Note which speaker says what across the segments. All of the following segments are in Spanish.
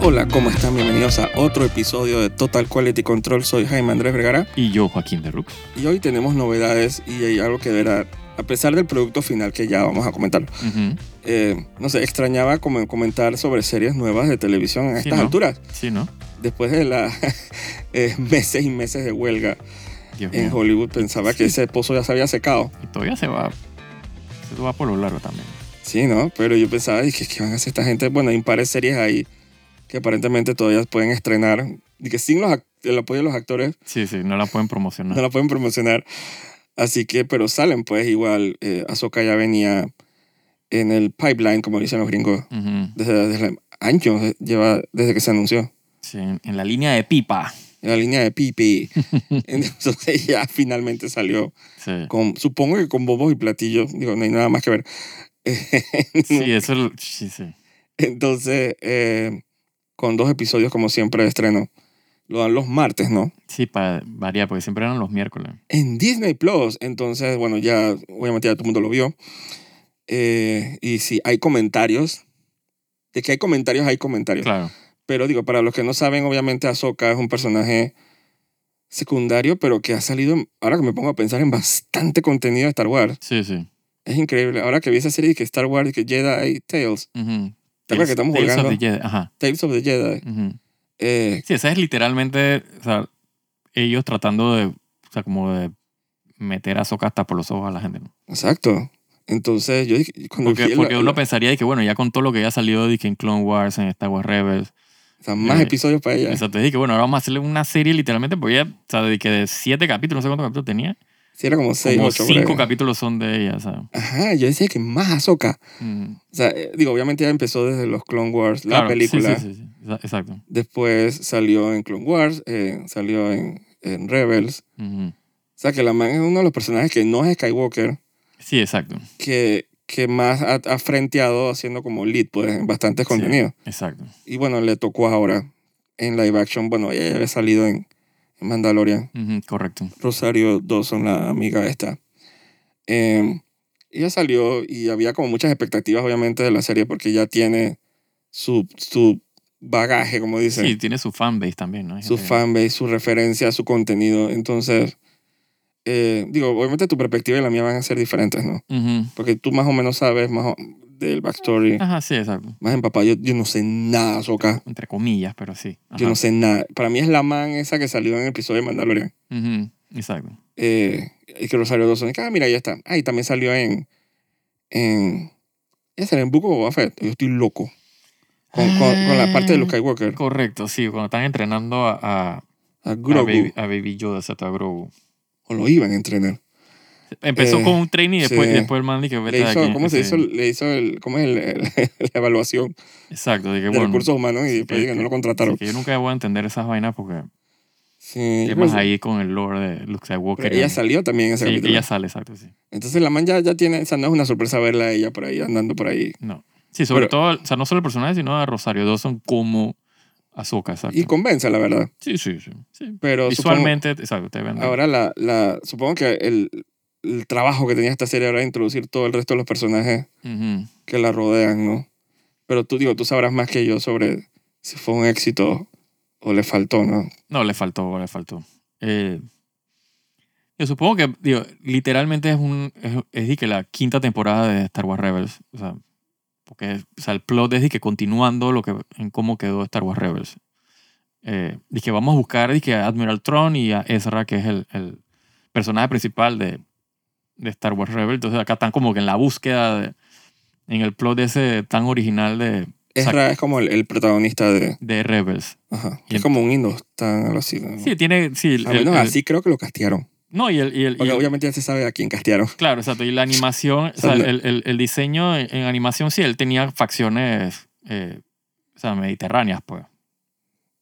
Speaker 1: Hola, ¿cómo están? Bienvenidos a otro episodio de Total Quality Control. Soy Jaime Andrés Vergara
Speaker 2: Y yo, Joaquín de Rux.
Speaker 1: y hoy tenemos novedades y hay algo que verá, a pesar del producto final que ya vamos a comentarlo.
Speaker 2: Ujú.
Speaker 1: Eh, no sé, extrañaba como comentar sobre series nuevas de televisión a
Speaker 2: Sí,
Speaker 1: estas
Speaker 2: ¿no?
Speaker 1: alturas,
Speaker 2: Sí, ¿no?
Speaker 1: después de la, eh, meses y meses de huelga
Speaker 2: Dios
Speaker 1: en
Speaker 2: mío.
Speaker 1: Hollywood. Pensaba que ese pozo ya se había secado.
Speaker 2: Y todavía se va. Se va por lo largo también.
Speaker 1: Sí, ¿no? Pero yo pensaba, dije, ¿qué van a hacer esta gente? Bueno, hay un par de series ahí que aparentemente todavía pueden estrenar. Y que sin los ac- el apoyo de los actores
Speaker 2: Sí, sí, no la pueden promocionar.
Speaker 1: no la pueden promocionar. Así que, pero salen pues igual. Eh, Ahsoka ya venía en el pipeline, como dicen los gringos,
Speaker 2: Ujú.
Speaker 1: desde, desde años eh, lleva desde que se anunció.
Speaker 2: Sí, en la línea de pipa.
Speaker 1: En la línea de Pipi. Entonces ya finalmente salió.
Speaker 2: Sí,
Speaker 1: Con, supongo que con bobos y platillos. Digo, no hay nada más que ver.
Speaker 2: sí eso es lo- sí, sí.
Speaker 1: Entonces, eh, con dos episodios, como siempre, de estreno. Lo dan los martes, ¿no?
Speaker 2: Sí, para variar, porque siempre eran los miércoles.
Speaker 1: En Disney Plus. Entonces, bueno, ya, obviamente, ya todo el mundo lo vio. Eh, y si hay comentarios, de que hay comentarios, hay comentarios.
Speaker 2: Claro.
Speaker 1: Pero digo, para los que no saben, obviamente, Ahsoka es un personaje secundario, pero que ha salido, en- ahora que me pongo a pensar, en bastante contenido de Star Wars.
Speaker 2: Sí, sí.
Speaker 1: Es increíble. Ahora que vi esa serie de que Star Wars y que Jedi Tales,
Speaker 2: Ujú.
Speaker 1: ¿Te acuerdas que
Speaker 2: Tales-
Speaker 1: estamos
Speaker 2: Tales of
Speaker 1: jugando?
Speaker 2: the Jedi, Ajá.
Speaker 1: Tales of the Jedi,
Speaker 2: Ujú.
Speaker 1: eh,
Speaker 2: Sí, esa es literalmente, o sea, ellos tratando de, o sea, como de meter a soca hasta por los ojos a la gente. ¿no?
Speaker 1: Exacto. Entonces, yo dije- cuando
Speaker 2: Porque,
Speaker 1: vi la-
Speaker 2: porque uno
Speaker 1: la-
Speaker 2: pensaría de que, bueno, ya con todo lo que ya salió de que en Clone Wars, en Star Wars Rebels,
Speaker 1: o sea, más
Speaker 2: eh,
Speaker 1: episodios para ella.
Speaker 2: Exacto, dije, bueno, ahora vamos a hacerle una serie literalmente, porque ella, o sea, de que de siete capítulos, no sé cuántos capítulos tenía,
Speaker 1: Sí, era como seis,
Speaker 2: como
Speaker 1: ocho,
Speaker 2: cinco
Speaker 1: breve.
Speaker 2: capítulos son de ella, o sea.
Speaker 1: Ajá, yo decía que más Azoka.
Speaker 2: mm,
Speaker 1: O sea, eh, digo, obviamente ya empezó desde los Clone Wars, la
Speaker 2: claro, sí,
Speaker 1: película.
Speaker 2: Sí, sí, sí, exa- exacto.
Speaker 1: Después salió en Clone Wars, eh, salió en, en Rebels.
Speaker 2: ujú.
Speaker 1: O sea, que la man es uno de los personajes que no es Skywalker,
Speaker 2: Sí, exacto,
Speaker 1: que, que más ha, ha frenteado haciendo como lead, pues, en bastantes
Speaker 2: Sí.
Speaker 1: contenidos.
Speaker 2: exacto.
Speaker 1: Y bueno, le tocó ahora en live action. Bueno, ella ya había salido en, en Mandalorian.
Speaker 2: ujú, correcto.
Speaker 1: Rosario Dawson, la amiga esta. Eh, ella salió y había como muchas expectativas, obviamente, de la serie porque ya tiene su, su bagaje, como
Speaker 2: Sí,
Speaker 1: dicen,
Speaker 2: tiene su fanbase también, ¿no? Hay
Speaker 1: su
Speaker 2: gente que-
Speaker 1: fanbase, su referencia, su contenido. Entonces, eh, digo, obviamente tu perspectiva y la mía van a ser diferentes, ¿no?
Speaker 2: Ujú.
Speaker 1: Porque tú más o menos sabes más o- del backstory,
Speaker 2: Ajá, sí, exacto.
Speaker 1: más en papá. Yo, yo no sé nada, Soca.
Speaker 2: Entre comillas, pero sí.
Speaker 1: Yo
Speaker 2: ajá,
Speaker 1: no sé nada. Para mí es la man esa que salió en el episodio de Mandalorian.
Speaker 2: ujú, Exacto.
Speaker 1: eh, y que Rosario Dawson. y que, Ah, mira, ya está. Ahí también salió en. en ya salió en Book of Boba Fett. Yo estoy loco. Con, con- con la parte
Speaker 2: Ah.
Speaker 1: de los Skywalker.
Speaker 2: Correcto, sí, cuando están entrenando a, a, a
Speaker 1: A Grogu.
Speaker 2: Baby, a Baby Yoda, exacto, a Grogu.
Speaker 1: O lo iban a entrenar.
Speaker 2: Empezó
Speaker 1: Eh,
Speaker 2: con un training y después,
Speaker 1: sí.
Speaker 2: después el man dijo,
Speaker 1: Le
Speaker 2: vete de
Speaker 1: hizo,
Speaker 2: aquí. Este,
Speaker 1: ¿Cómo se
Speaker 2: Sí.
Speaker 1: hizo? Le hizo el, ¿Cómo es el- el- la evaluación
Speaker 2: Exacto, de que
Speaker 1: de
Speaker 2: bueno.
Speaker 1: recursos humanos? Y
Speaker 2: sí,
Speaker 1: después
Speaker 2: que-
Speaker 1: de que no lo
Speaker 2: Así
Speaker 1: contrataron.
Speaker 2: que yo nunca voy a entender esas vainas porque
Speaker 1: Sí, yo
Speaker 2: es
Speaker 1: creo
Speaker 2: más
Speaker 1: que-
Speaker 2: ahí con el lore de Luke Skywalker.
Speaker 1: pero ella
Speaker 2: y-
Speaker 1: salió también en ese
Speaker 2: Sí,
Speaker 1: capítulo.
Speaker 2: ella sale, exacto, sí.
Speaker 1: Entonces la man ya, ya tiene. O sea, no es una sorpresa verla a ella por ahí, andando por ahí.
Speaker 2: No. Sí, sobre
Speaker 1: Pero-
Speaker 2: todo, o sea, no solo el personaje, sino a Rosario Dawson como Ahsoka, exacto.
Speaker 1: Y convence, la verdad.
Speaker 2: Sí, sí, sí. sí.
Speaker 1: Pero supongo-
Speaker 2: Visualmente, exacto, te venden.
Speaker 1: Ahora la, la supongo que el, el trabajo que tenía esta serie era introducir todo el resto de los personajes
Speaker 2: Ujú.
Speaker 1: que la rodean, ¿no? Pero tú digo, tú sabrás más que yo sobre si fue un éxito o le faltó, ¿no?
Speaker 2: No, le faltó, le faltó. Eh, yo supongo que, digo, literalmente es un es, es de que la quinta temporada de Star Wars Rebels. O sea, porque o sea, el plot es de que continuando lo que, en cómo quedó Star Wars Rebels. Eh, de que vamos a buscar de que a Admiral Tron y a Ezra, que es el, el personaje principal de, de Star Wars Rebels. Entonces acá están como que en la búsqueda, de- en el plot ese tan original de,
Speaker 1: Ezra es como el, el protagonista de...
Speaker 2: de Rebels.
Speaker 1: Ajá.
Speaker 2: Y
Speaker 1: Es
Speaker 2: ent-
Speaker 1: como un indostán, algo así. ¿no?
Speaker 2: Sí, tiene... Sí, el-
Speaker 1: Al menos
Speaker 2: el-
Speaker 1: así creo que lo castearon.
Speaker 2: No, y el... y el- y
Speaker 1: Porque
Speaker 2: el-
Speaker 1: obviamente ya se sabe a quién castearon.
Speaker 2: Claro, exacto. Y la animación, o sea,
Speaker 1: O sea, no-
Speaker 2: el, el- el diseño en, en animación, sí, él tenía facciones eh, o sea, mediterráneas, pues.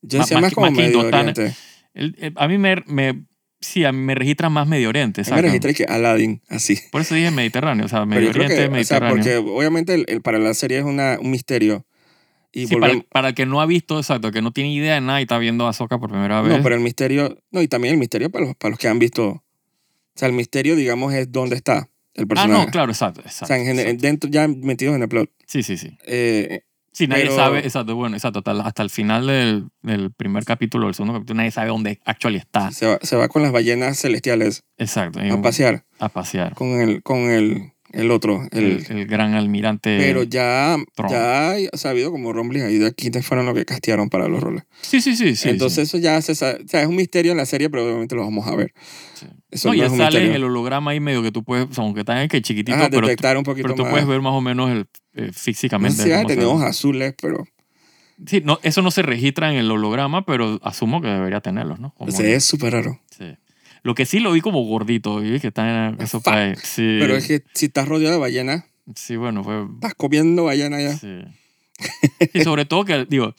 Speaker 1: Yo
Speaker 2: Ma-
Speaker 1: decía
Speaker 2: más
Speaker 1: más
Speaker 2: que-
Speaker 1: como
Speaker 2: más que
Speaker 1: Medio
Speaker 2: indostán,
Speaker 1: Oriente.
Speaker 2: Él- eh, a mí me, me- sí, a mí me registra más Medio Oriente,
Speaker 1: Ahí me
Speaker 2: exacto.
Speaker 1: registré que Aladdin, así.
Speaker 2: Por eso dije Mediterráneo, o sea,
Speaker 1: Pero
Speaker 2: Medio
Speaker 1: yo creo
Speaker 2: Oriente,
Speaker 1: que, o sea,
Speaker 2: Mediterráneo.
Speaker 1: porque obviamente el, el- para la serie es una, un misterio. Y
Speaker 2: sí, para,
Speaker 1: volvemos-
Speaker 2: el, para el que no ha visto, exacto, que no tiene idea de nada y está viendo Ahsoka por primera vez.
Speaker 1: No, pero el misterio, no, y también el misterio para los, para los que han visto. O sea, el misterio, digamos, es dónde está el
Speaker 2: ah,
Speaker 1: personaje.
Speaker 2: no, claro, exacto,
Speaker 1: O
Speaker 2: exacto.
Speaker 1: sea, en gener-
Speaker 2: exacto.
Speaker 1: dentro, ya metidos en el plot.
Speaker 2: Sí, sí, sí.
Speaker 1: Eh,
Speaker 2: Sí, nadie
Speaker 1: Pero-
Speaker 2: sabe, exacto, bueno, exacto, hasta, hasta el final del, del primer capítulo, del segundo capítulo, nadie sabe dónde actually está.
Speaker 1: Se va, se va con las ballenas celestiales
Speaker 2: Exacto, en-
Speaker 1: a pasear
Speaker 2: a pasear.
Speaker 1: con el, con el, el otro. El,
Speaker 2: El, el gran almirante.
Speaker 1: pero ya,
Speaker 2: Tron.
Speaker 1: ya hay- o sea, ha habido como rumblings ahí de quiénes fueron los que castearon para los roles.
Speaker 2: sí, sí, sí, sí.
Speaker 1: Entonces eso ya se sabe, o sea, es un misterio en la serie, pero obviamente lo vamos a ver.
Speaker 2: sí.
Speaker 1: Eso
Speaker 2: No,
Speaker 1: no,
Speaker 2: ya
Speaker 1: es un
Speaker 2: sale
Speaker 1: misterio.
Speaker 2: el holograma ahí medio que tú puedes, o sea, aunque está en el que chiquitito,
Speaker 1: Ajá,
Speaker 2: pero, tú-
Speaker 1: detectar un poquito
Speaker 2: pero tú
Speaker 1: más.
Speaker 2: puedes ver más o menos el, eh,
Speaker 1: no
Speaker 2: físicamente.
Speaker 1: sé si
Speaker 2: cómo se ve.
Speaker 1: tenía ojos azules, pero
Speaker 2: Sí, no, eso no se registra en el holograma, pero asumo que debería tenerlos, ¿no? Como-
Speaker 1: o sea, es súper raro.
Speaker 2: sí. Lo que sí lo vi como gordito, vi que está en eso
Speaker 1: Fuck.
Speaker 2: fue- Sí,
Speaker 1: Pero es que si estás rodeado de ballenas,
Speaker 2: sí, bueno, fue
Speaker 1: estás comiendo ballena ya.
Speaker 2: Sí. Y sobre todo que, digo,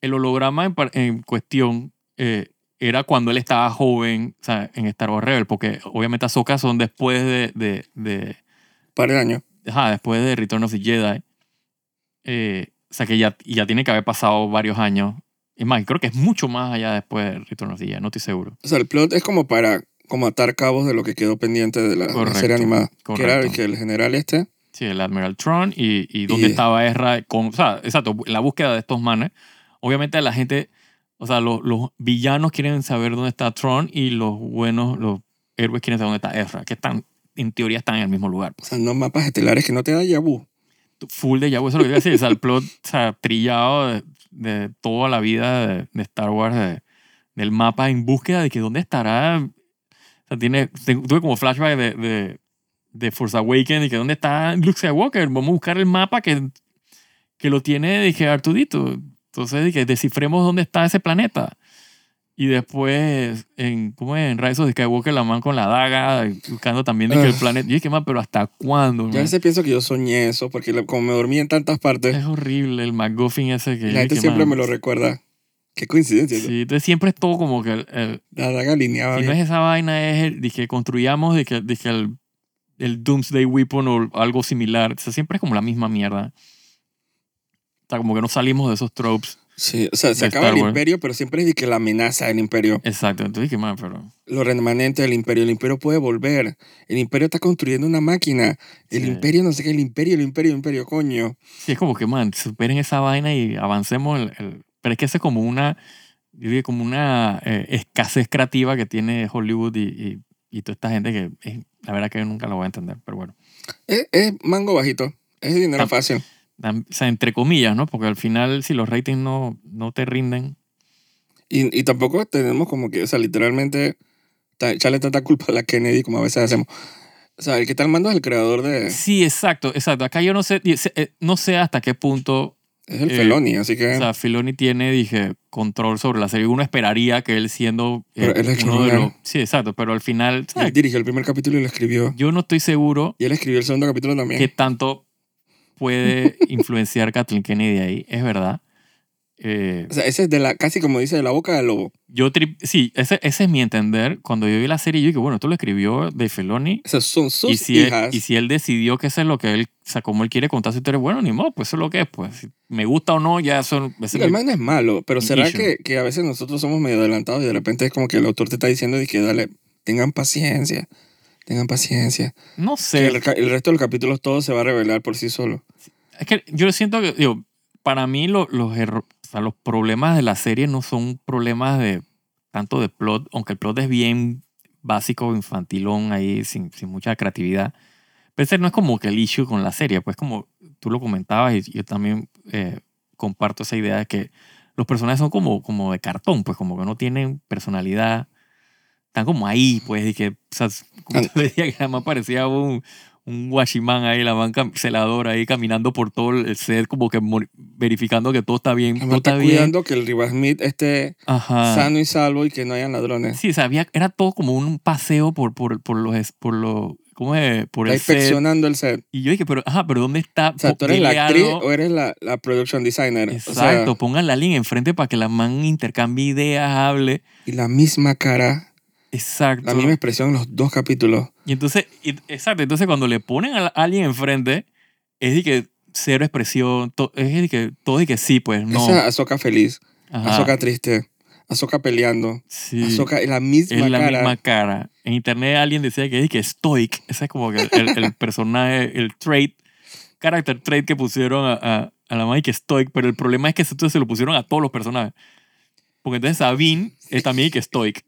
Speaker 2: el holograma en, par- en cuestión eh, era cuando él estaba joven, o sea, en Star Wars Rebel, porque obviamente Ahsoka son después de, de, de-
Speaker 1: Par de años.
Speaker 2: ajá, después de Return of the Jedi. Eh, o sea, que ya, y ya tiene que haber pasado varios años. Es más, creo que es mucho más allá después de Return of the Jedi, no estoy seguro.
Speaker 1: O sea, el plot es como para como atar cabos de lo que quedó pendiente de la, la
Speaker 2: Correcto,
Speaker 1: serie animada. Que era el,
Speaker 2: correcto.
Speaker 1: que el general este.
Speaker 2: Sí, el Admiral Tron y, y dónde
Speaker 1: Y-
Speaker 2: estaba Ezra. Con, o sea, exacto, la búsqueda de estos manes. Obviamente la gente, o sea, los, los villanos quieren saber dónde está Tron y los buenos, los héroes quieren saber dónde está Ezra, que están, en teoría están en el mismo lugar.
Speaker 1: O sea, no mapas estelares que no te da Yabu.
Speaker 2: Full de Yahoo, eso es lo que iba a decir. O sea, el plot o sea, trillado de, de toda la vida de, de Star Wars, de- del mapa en búsqueda de que dónde estará. O sea, tiene, te- tuve como flashback de, de, de Force Awakens y que dónde está Luke Skywalker. Vamos a buscar el mapa que, que lo tiene, dije, Artudito. Entonces, dije, descifremos dónde está ese planeta. Y después, en, ¿cómo es? En Rise of Skywalker, la man con la daga, buscando también de que el
Speaker 1: Ugh.
Speaker 2: planeta. Y dije, man, pero ¿hasta cuándo?
Speaker 1: Yo a
Speaker 2: man?
Speaker 1: veces pienso que yo soñé eso, porque la- como me dormí en tantas partes,
Speaker 2: Es horrible el McGuffin ese que.
Speaker 1: la gente
Speaker 2: que,
Speaker 1: siempre
Speaker 2: man,
Speaker 1: me lo recuerda. Qué coincidencia. ¿no?
Speaker 2: Sí, entonces siempre es todo como que. el- el-
Speaker 1: La daga alineaba
Speaker 2: si no
Speaker 1: bien.
Speaker 2: es esa vaina, es el. Dije, construyamos de que, de que el, el Doomsday Weapon o algo similar. O sea, siempre es como la misma mierda. O sea, como que no salimos de esos tropes.
Speaker 1: Sí, o sea, se
Speaker 2: de
Speaker 1: acaba
Speaker 2: Star
Speaker 1: el
Speaker 2: Wars.
Speaker 1: imperio, pero siempre es de que la amenaza del imperio,
Speaker 2: Exacto. Entonces dije, man, pero.
Speaker 1: los remanentes del imperio, el imperio puede volver, el imperio está construyendo una máquina, el
Speaker 2: Sí.
Speaker 1: imperio no sé qué, el imperio, el imperio, el imperio, coño.
Speaker 2: Sí, es como que, man, superen esa vaina y avancemos. El, el- pero es que eso es como una. Yo diría como una eh, escasez creativa que tiene Hollywood y, y, y toda esta gente que. eh, la verdad que yo nunca lo voy a entender, pero bueno.
Speaker 1: Es, es mango bajito, es dinero
Speaker 2: Tam-
Speaker 1: fácil.
Speaker 2: Tam- o sea, entre comillas, ¿no? Porque al final, si los ratings no, no te rinden,
Speaker 1: Y, y tampoco tenemos como que, o sea, literalmente, ta- echarle tanta culpa a la Kennedy como a veces hacemos. O sea, el que está al mando es el creador de... Es
Speaker 2: sí, exacto, exacto. Acá yo no sé, y se- eh, no sé hasta qué punto,
Speaker 1: el
Speaker 2: Eh,
Speaker 1: Feloni, así que...
Speaker 2: o sea, Filoni tiene, dije, control sobre la serie. Uno esperaría que él siendo eh,
Speaker 1: Pero él es
Speaker 2: uno de
Speaker 1: criminal.
Speaker 2: los, sí, exacto. Pero al final, o sea,
Speaker 1: él dirigió el primer capítulo y lo escribió.
Speaker 2: yo no estoy seguro
Speaker 1: Y él escribió el segundo capítulo también.
Speaker 2: qué tanto puede influenciar Kathleen Kennedy ahí. Es verdad. Eh,
Speaker 1: O sea, ese es de la, casi como dice, de la boca del lobo.
Speaker 2: yo tri- sí, ese, ese es mi entender. Cuando yo vi la serie, yo dije, bueno, esto lo escribió de Filoni.
Speaker 1: O sea, son sus
Speaker 2: y si, él,
Speaker 1: hijas.
Speaker 2: y si él decidió que eso es lo que él, o sea, como él quiere contar su historia, bueno, ni modo, pues eso es lo que es, pues. Si me gusta o no, ya son. ese
Speaker 1: Digo, el
Speaker 2: es mi-
Speaker 1: man no es malo, pero
Speaker 2: mi
Speaker 1: ¿será
Speaker 2: issue.
Speaker 1: que, que a veces nosotros somos medio adelantados y de repente es como que el autor te está diciendo de que dale, tengan paciencia, tengan paciencia.
Speaker 2: no
Speaker 1: Que
Speaker 2: sé.
Speaker 1: el, ca- el resto de los capítulos todo se va a revelar por sí solo.
Speaker 2: Es que yo siento que, digo, para mí lo- los, erro- o sea, los problemas de la serie no son problemas de tanto de plot, aunque el plot es bien básico, infantilón ahí, sin, sin mucha creatividad. Pero ese no es como que el issue con la serie, pues como tú lo comentabas y yo también eh, comparto esa idea de que los personajes son como, como de cartón, pues como que no tienen personalidad, están como ahí, pues, y que, o sea, como te decía, que nada más parecía un, un guachimán ahí, la banca celadora ahí caminando por todo el set, como que mor- verificando que todo está bien,
Speaker 1: Además,
Speaker 2: todo está
Speaker 1: está
Speaker 2: bien. Ah.
Speaker 1: cuidando que el Riva Smith esté
Speaker 2: Ajá.
Speaker 1: sano y salvo y que no hayan ladrones.
Speaker 2: Sí, sabía, era todo como un paseo por, por, por los, es- por los, ¿cómo es? Por
Speaker 1: Está
Speaker 2: el set.
Speaker 1: inspeccionando el set.
Speaker 2: Y yo dije, pero, ajá, pero ¿dónde está?
Speaker 1: O sea,
Speaker 2: Po-
Speaker 1: tú eres la
Speaker 2: dile
Speaker 1: actriz
Speaker 2: algo.
Speaker 1: o eres la, la production designer. O sea,
Speaker 2: Exacto, pongan la línea enfrente para que la man intercambie ideas, hable.
Speaker 1: y la misma cara,
Speaker 2: Exacto.
Speaker 1: la misma expresión en los dos capítulos.
Speaker 2: Y entonces, y- exacto, entonces cuando le ponen a la- a alguien enfrente, es de que cero expresión, to- es de que todo de que sí, pues no.
Speaker 1: Esa Azoka feliz,
Speaker 2: Ajá.
Speaker 1: Azoka triste, Azoka peleando,
Speaker 2: Sí.
Speaker 1: Ahsoka es la misma
Speaker 2: es la
Speaker 1: cara.
Speaker 2: misma cara. En internet alguien decía que es que stoic. Ese es como que el, el- el personaje, el trait, character trait que pusieron a, a, a la madre que Stoic, pero el problema es que esto se lo pusieron a todos los personajes. Porque entonces Sabine es también que Stoic.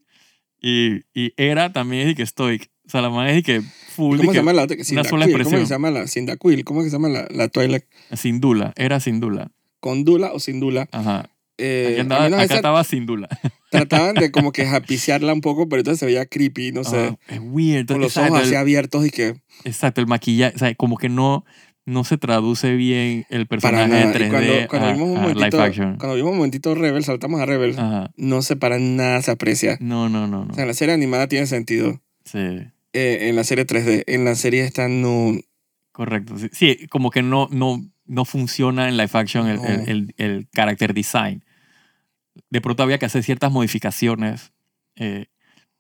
Speaker 2: Y, y Era también es que Stoic. O sea, la madre es que full.
Speaker 1: ¿Cómo
Speaker 2: que
Speaker 1: se llama la Cyndaquil?
Speaker 2: una sola
Speaker 1: ¿Cómo
Speaker 2: expresión.
Speaker 1: que se llama la Cyndaquil? ¿Cómo que se llama la, la Twilight?
Speaker 2: Sin dula, era sin dula.
Speaker 1: ¿Con Dula o sin Dula?
Speaker 2: Ajá.
Speaker 1: Eh,
Speaker 2: Aquí
Speaker 1: a
Speaker 2: andaba-
Speaker 1: mí no me
Speaker 2: acá
Speaker 1: sa-
Speaker 2: estaba sin dula.
Speaker 1: Trataban de como que japiciarla un poco, pero entonces se veía creepy, no sé.
Speaker 2: Ajá, es weird.
Speaker 1: con los
Speaker 2: Exacto,
Speaker 1: ojos
Speaker 2: el-
Speaker 1: así abiertos y que
Speaker 2: Exacto, el maquillaje, o sea, como que no, no se traduce bien el
Speaker 1: para
Speaker 2: personaje
Speaker 1: nada.
Speaker 2: de
Speaker 1: Y cuando,
Speaker 2: 3D
Speaker 1: cuando
Speaker 2: a,
Speaker 1: vimos un
Speaker 2: a live
Speaker 1: momentito,
Speaker 2: action. Ah.
Speaker 1: cuando vimos un momentito Rebel, saltamos a Rebel,
Speaker 2: Ajá.
Speaker 1: no se para nada, se aprecia.
Speaker 2: No, no, no, no.
Speaker 1: O sea, la serie animada tiene sentido.
Speaker 2: Sí,
Speaker 1: eh, en la serie 3D. En la serie esta no.
Speaker 2: correcto. Sí, sí, como que no, no, no funciona en live action el, el, el- el character design. De pronto había que hacer ciertas modificaciones. eh,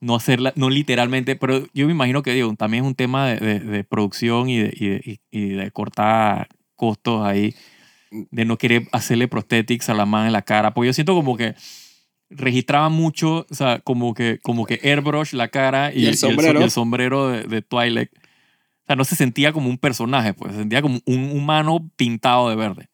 Speaker 2: no hacerla, no literalmente, pero yo me imagino que digo, también es un tema de, de- de producción y de, y, de, y- y de cortar costos ahí, de no querer hacerle prosthetics a la mano en la cara, porque yo siento como que registraba mucho, o sea, como que, como que airbrush la cara y,
Speaker 1: Y el
Speaker 2: y so-
Speaker 1: sombrero.
Speaker 2: y el sombrero de, de Twilight. O sea, no se sentía como un personaje, pues se sentía como un humano pintado de verde.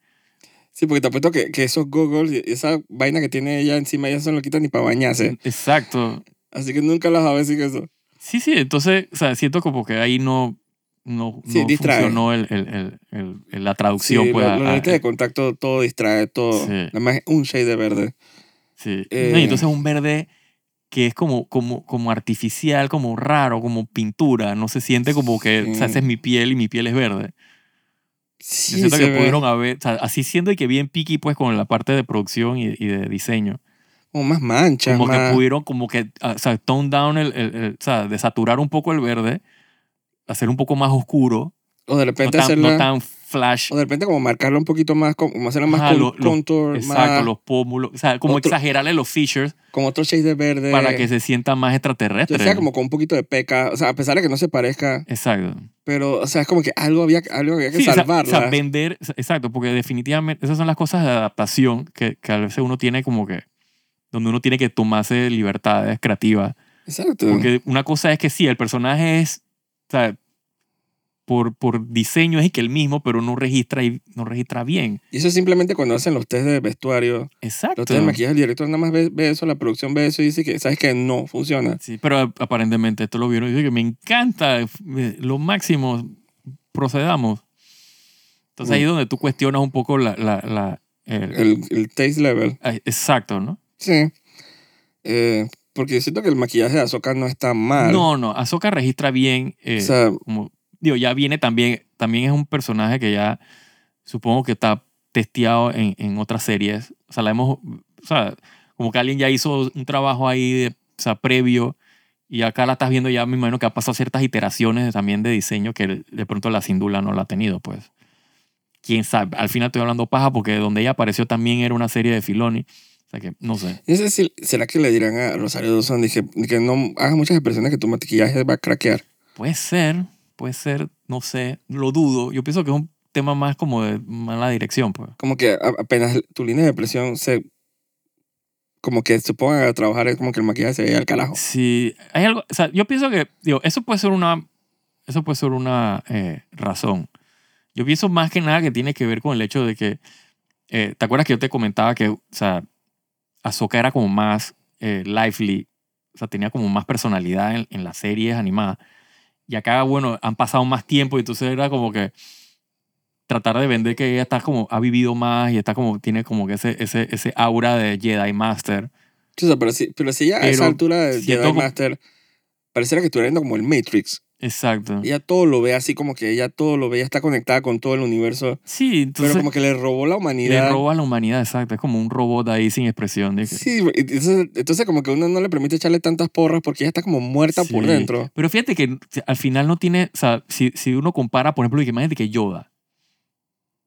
Speaker 1: Sí, porque te apuesto que, que esos goggles y esa vaina que tiene ella encima, ella se lo quita ni para bañarse.
Speaker 2: Exacto.
Speaker 1: Así que nunca las va a ver sin eso.
Speaker 2: Sí, sí, entonces, o sea, siento como que ahí no, no,
Speaker 1: Sí,
Speaker 2: no
Speaker 1: distrae.
Speaker 2: funcionó el, el- el- el- el- la
Speaker 1: Sí,
Speaker 2: traducción.
Speaker 1: lo-
Speaker 2: pues, a-
Speaker 1: los
Speaker 2: a-
Speaker 1: lentes de contacto todo distrae, todo.
Speaker 2: Sí.
Speaker 1: Nada más un shade de verde.
Speaker 2: sí.
Speaker 1: eh.
Speaker 2: No, y entonces un verde que es como, como, como artificial, como raro, como pintura, no se siente como que, o sea,
Speaker 1: Sí.
Speaker 2: esa es mi piel y mi piel es verde. Yo
Speaker 1: Sí,
Speaker 2: siento
Speaker 1: se
Speaker 2: que
Speaker 1: ve
Speaker 2: pudieron haber, o sea, así siendo y que bien piqui pues con la parte de producción y, y de diseño.
Speaker 1: como más manchas,
Speaker 2: Como que
Speaker 1: más-
Speaker 2: pudieron, como que, ah, o sea, tone down, el, el- el- o sea, desaturar un poco el verde, hacer un poco más oscuro,
Speaker 1: O de
Speaker 2: no
Speaker 1: repente
Speaker 2: tan, no
Speaker 1: hacerla...
Speaker 2: tan flash.
Speaker 1: O de repente como marcarla un poquito más, como como hacerla más
Speaker 2: Ajá,
Speaker 1: con
Speaker 2: lo- lo-
Speaker 1: contour,
Speaker 2: Exacto,
Speaker 1: más,
Speaker 2: los pómulos, o sea, como
Speaker 1: Otro-
Speaker 2: exagerarle los features
Speaker 1: con otro shade de verde.
Speaker 2: para que se sienta más
Speaker 1: Yo
Speaker 2: extraterrestre.
Speaker 1: sea como con un poquito de peca, o sea, a pesar de que no se parezca,
Speaker 2: Exacto.
Speaker 1: pero, o sea, es como que algo había, algo había que
Speaker 2: Sí, o sea,
Speaker 1: salvarla.
Speaker 2: O sea, vender, exacto, porque definitivamente esas son las cosas de adaptación que, que a veces uno tiene como que, donde uno tiene que tomarse libertades creativas.
Speaker 1: Exacto.
Speaker 2: Porque una cosa es que sí, el personaje es, o sea, por, por diseño es que el mismo, pero no registra, y, no registra bien.
Speaker 1: Y eso simplemente cuando hacen los test de vestuario,
Speaker 2: Exacto.
Speaker 1: los test de maquillaje, el director nada más ve, ve eso, la producción ve eso y dice que, ¿sabes que No funciona.
Speaker 2: Sí, pero ap- aparentemente esto lo vieron y dije que me encanta, f- me- lo máximo, procedamos. Entonces ahí es donde tú cuestionas un poco la... la, la- el-
Speaker 1: El, el taste level.
Speaker 2: ay, exacto, ¿no?
Speaker 1: Sí. Eh, porque yo siento que el maquillaje de Azoka no está mal.
Speaker 2: No, no, Ahsoka registra bien, eh,
Speaker 1: O sea,
Speaker 2: como, digo, ya viene también, también es un personaje que ya supongo que está testeado en, en otras series. O sea, la hemos, o sea, como que alguien ya hizo un trabajo ahí, de, o sea, previo, y acá la estás viendo ya, me imagino que ha pasado ciertas iteraciones de- también de diseño que de- de pronto la Sindula no la ha tenido, pues. Quién sabe, al final estoy hablando paja porque donde ella apareció también era una serie de Filoni. O sea que, no sé.
Speaker 1: no sé si, ¿será que le dirán a Rosario Dawson dije, que no hagas muchas expresiones que tu maquillaje va a craquear?
Speaker 2: Puede ser, puede ser, no sé, lo dudo. Yo pienso que es un tema más como de mala dirección, pues.
Speaker 1: Como que a- apenas tu línea de expresión se... Como que se pongan a trabajar, es como que el maquillaje se vea al carajo.
Speaker 2: Sí, hay algo, o sea, yo pienso que, digo, eso puede ser una, eso puede ser una eh, razón. Yo pienso más que nada que tiene que ver con el hecho de que, eh, ¿te acuerdas que yo te comentaba que, o sea, Ahsoka era como más eh, lively, o sea, tenía como más personalidad en, en las series animadas. Y acá, bueno, han pasado más tiempo y entonces era como que tratar de vender que ella está como, ha vivido más y está como, tiene como que ese, ese, ese aura de Jedi Master.
Speaker 1: O sea, pero si, pero si ya a esa
Speaker 2: Pero
Speaker 1: altura de
Speaker 2: siento
Speaker 1: Jedi
Speaker 2: como-
Speaker 1: Master, pareciera que estuviera viendo como el Matrix.
Speaker 2: Exacto.
Speaker 1: Ella todo lo ve así como que ella todo lo ve, ella está conectada con todo el universo.
Speaker 2: Sí, entonces...
Speaker 1: pero como que le robó la
Speaker 2: Le
Speaker 1: humanidad.
Speaker 2: roba a la humanidad, exacto. Es como un robot ahí sin expresión. de que-
Speaker 1: Sí, entonces, entonces como que uno no le permite echarle tantas porras porque ella está como muerta por
Speaker 2: Sí.
Speaker 1: dentro.
Speaker 2: Pero fíjate que al final no tiene. O sea, si, si uno compara, por ejemplo, que imagínate que Yoda.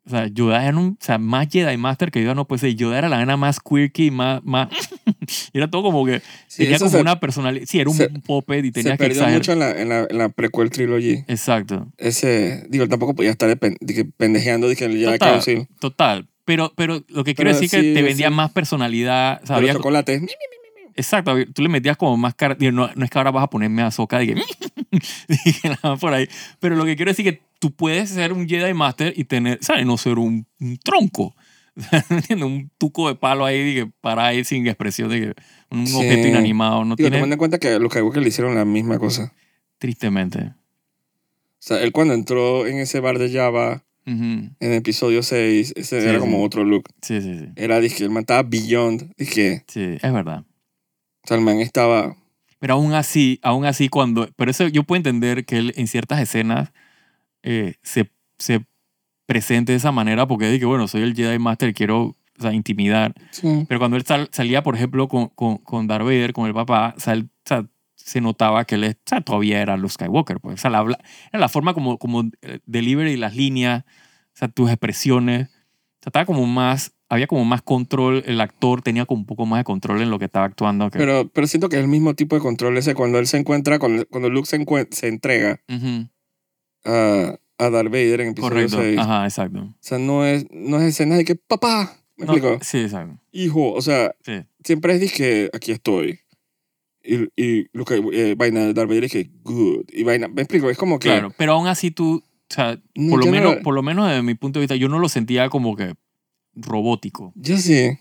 Speaker 2: O sea, Yoda era un. O sea, más Jedi Master que Yoda no puede ser. Yoda era la gana más quirky, más. más era todo como que.
Speaker 1: Sí,
Speaker 2: tenía
Speaker 1: eso
Speaker 2: como
Speaker 1: se,
Speaker 2: una personalidad. Sí, era un
Speaker 1: se-
Speaker 2: puppet y
Speaker 1: se
Speaker 2: tenía que
Speaker 1: perdió
Speaker 2: exagerar.
Speaker 1: mucho en la, en, la, en la prequel trilogy.
Speaker 2: Exacto.
Speaker 1: Ese, digo, tampoco podía estar de pen- de que pendejeando, dije, el Jedi
Speaker 2: Total,
Speaker 1: Council.
Speaker 2: Total. Pero, pero lo
Speaker 1: Pero
Speaker 2: que quiero decir es
Speaker 1: sí,
Speaker 2: que te vendía
Speaker 1: sí.
Speaker 2: más personalidad. O sea,
Speaker 1: Pero
Speaker 2: había-
Speaker 1: chocolate.
Speaker 2: Exacto, tú le metías como más cara. digo, No, no es que ahora vas a ponerme a soca, dije, dije, nada más por ahí. Pero lo que quiero decir que tú puedes ser un Jedi Master y tener, ¿sabes? No ser un, un tronco. ¿Entiendes? un tuco de palo ahí que para ahí sin expresión de que un
Speaker 1: Sí.
Speaker 2: objeto inanimado no
Speaker 1: Digo,
Speaker 2: tiene
Speaker 1: tomando en cuenta que los Skywalker le hicieron la misma cosa.
Speaker 2: tristemente
Speaker 1: O sea, él cuando entró en ese bar de Java
Speaker 2: Ujú.
Speaker 1: en episodio 6, ese
Speaker 2: Sí,
Speaker 1: era
Speaker 2: sí.
Speaker 1: como otro look.
Speaker 2: sí sí sí
Speaker 1: Era, dije, el man estaba beyond. Dije,
Speaker 2: sí es verdad
Speaker 1: o sea, el man estaba...
Speaker 2: Pero aún así, aún así cuando... Pero eso yo puedo entender que él en ciertas escenas eh, se, se presente de esa manera porque dije, bueno, soy el Jedi Master, quiero o sea, intimidar.
Speaker 1: Sí.
Speaker 2: Pero cuando él sal- salía, por ejemplo, con, con, con Darth Vader, con el papá, sal- o sea, se notaba que él es- o sea, todavía era Luke Skywalker. Pues. O sea, la, habla- era la forma como, como eh, delivery, las líneas, o sea, tus expresiones. O sea, estaba como más... Había como más control, el actor tenía como un poco más de control en lo que estaba actuando. Que,
Speaker 1: Pero, pero siento que es el mismo tipo de control ese cuando él se encuentra, cuando, cuando Luke se, encuen- se entrega
Speaker 2: Ujú.
Speaker 1: a, a Darth Vader en episodio
Speaker 2: Correcto,
Speaker 1: 6. O
Speaker 2: ajá, exacto.
Speaker 1: sea, no es, no es escenas de que, papá, me
Speaker 2: No,
Speaker 1: explico,
Speaker 2: sí, exacto.
Speaker 1: hijo, o sea,
Speaker 2: Sí.
Speaker 1: siempre es dije, aquí estoy. Y, y Luke, eh, vaina de Darth Vader dije, good. Y vaina, me explico, es como que...
Speaker 2: Claro, pero aún así tú, o sea,
Speaker 1: no,
Speaker 2: por lo,
Speaker 1: yo no-
Speaker 2: menos, por lo menos desde mi punto de vista, yo no lo sentía como que robótico.
Speaker 1: Yo sí,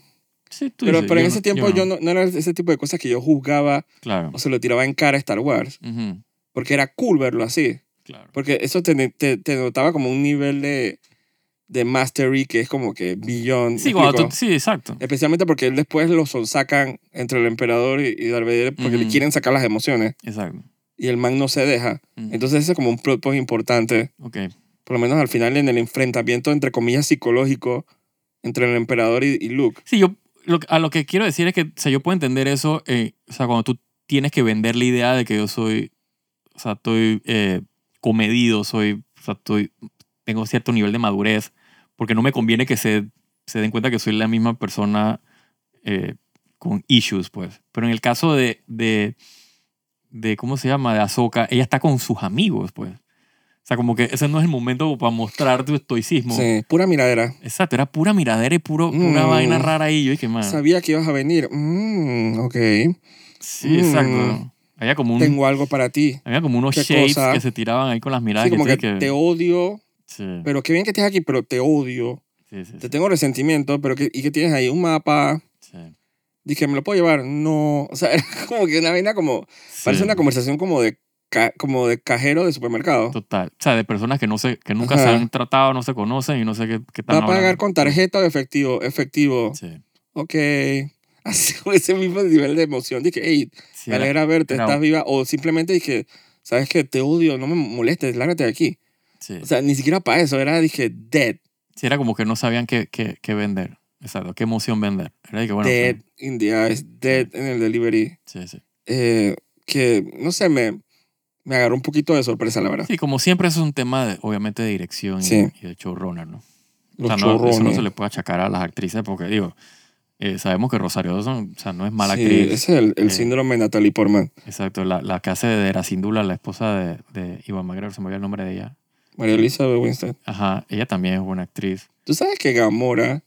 Speaker 2: Sí, tú
Speaker 1: pero,
Speaker 2: dices,
Speaker 1: pero en
Speaker 2: yo
Speaker 1: ese
Speaker 2: no-
Speaker 1: tiempo yo no, no era ese tipo de cosas que yo juzgaba
Speaker 2: Claro,
Speaker 1: o se lo tiraba en cara a Star Wars,
Speaker 2: ujú,
Speaker 1: porque era cool verlo así.
Speaker 2: claro.
Speaker 1: Porque eso te, te, te notaba como un nivel de, de mastery que es como que beyond.
Speaker 2: Sí,
Speaker 1: ¿me
Speaker 2: cuando
Speaker 1: explico?
Speaker 2: tú- sí, exacto.
Speaker 1: Especialmente porque él después lo sacan entre el emperador y, y Darth Vader porque le
Speaker 2: Ujú.
Speaker 1: quieren sacar las emociones
Speaker 2: Exacto.
Speaker 1: y el man no se deja.
Speaker 2: Ujú,
Speaker 1: Entonces ese es como un plot point importante,
Speaker 2: ok,
Speaker 1: por lo menos al final en el enfrentamiento entre comillas psicológico entre el emperador y, y Luke.
Speaker 2: Sí, yo lo que- a lo que quiero decir es que o sea, yo puedo entender eso, eh, o sea, cuando tú tienes que vender la idea de que yo soy, o sea, estoy eh, comedido, soy, o sea, estoy, tengo cierto nivel de madurez, porque no me conviene que se, se den cuenta que soy la misma persona eh, con issues, pues. Pero en el caso de, de, de ¿cómo se llama? De Ahsoka, ella está con sus amigos, pues. O sea, como que ese no es el momento para mostrar tu estoicismo.
Speaker 1: Sí, pura miradera.
Speaker 2: Exacto, era pura miradera y puro, pura
Speaker 1: Mm.
Speaker 2: vaina rara ahí. Yo dije, man.
Speaker 1: Sabía que ibas a venir. Mm, ok.
Speaker 2: Sí,
Speaker 1: Mm.
Speaker 2: exacto. Había como, un,
Speaker 1: Tengo algo para ti.
Speaker 2: había como unos
Speaker 1: ¿Qué
Speaker 2: shades
Speaker 1: cosa?
Speaker 2: que se tiraban ahí con las miradas.
Speaker 1: Sí, como
Speaker 2: tú
Speaker 1: que
Speaker 2: dices
Speaker 1: te odio,
Speaker 2: Sí,
Speaker 1: pero qué bien que estés aquí, pero te odio.
Speaker 2: sí, sí,
Speaker 1: Te
Speaker 2: sí,
Speaker 1: tengo resentimiento, pero que, ¿y qué tienes ahí? Un mapa.
Speaker 2: sí.
Speaker 1: Dije, ¿me lo puedo llevar? No. O sea, era como que una vaina como...
Speaker 2: Sí,
Speaker 1: Parece una conversación como de, ca- como de cajero de supermercado.
Speaker 2: Total. O sea, de personas que, no sé, que nunca se
Speaker 1: Ajá.
Speaker 2: han tratado, no se conocen y no sé qué, qué
Speaker 1: ¿Va
Speaker 2: están
Speaker 1: a pagar
Speaker 2: hablando.
Speaker 1: con tarjeta o efectivo? Efectivo.
Speaker 2: Sí,
Speaker 1: Ok. Así, con ese mismo nivel de emoción. Dije, hey,
Speaker 2: sí,
Speaker 1: me
Speaker 2: era-
Speaker 1: alegra verte,
Speaker 2: era-
Speaker 1: estás viva. O simplemente dije, ¿sabes qué? Te odio, no me molestes, lárgate de aquí.
Speaker 2: sí.
Speaker 1: O sea, ni siquiera para eso. Era, dije, dead,
Speaker 2: Sí, era como que no sabían qué, qué, qué vender. Exacto, qué emoción vender. Era de que, bueno,
Speaker 1: dead
Speaker 2: sí,
Speaker 1: in the eyes, dead en el delivery.
Speaker 2: sí, sí.
Speaker 1: eh, que, no sé, me, me agarró un poquito de sorpresa, la verdad.
Speaker 2: Sí, como siempre, eso es un tema, de, obviamente, de dirección y-
Speaker 1: Sí.
Speaker 2: y de showrunner, ¿no? O
Speaker 1: Los
Speaker 2: sea, no, eso no
Speaker 1: chorrones.
Speaker 2: se le puede achacar a las actrices porque, digo, eh, sabemos que Rosario Dawson o sea, no es mala
Speaker 1: Sí,
Speaker 2: actriz.
Speaker 1: ese es el, el
Speaker 2: Eh.
Speaker 1: síndrome de Natalie Portman.
Speaker 2: Exacto, la, la que hace de Erasindula, la esposa de, de Iván Magreor, se me olvidó el nombre de ella.
Speaker 1: María Elizabeth Winstead.
Speaker 2: Ajá, ella también es buena actriz.
Speaker 1: ¿Tú sabes que Gamora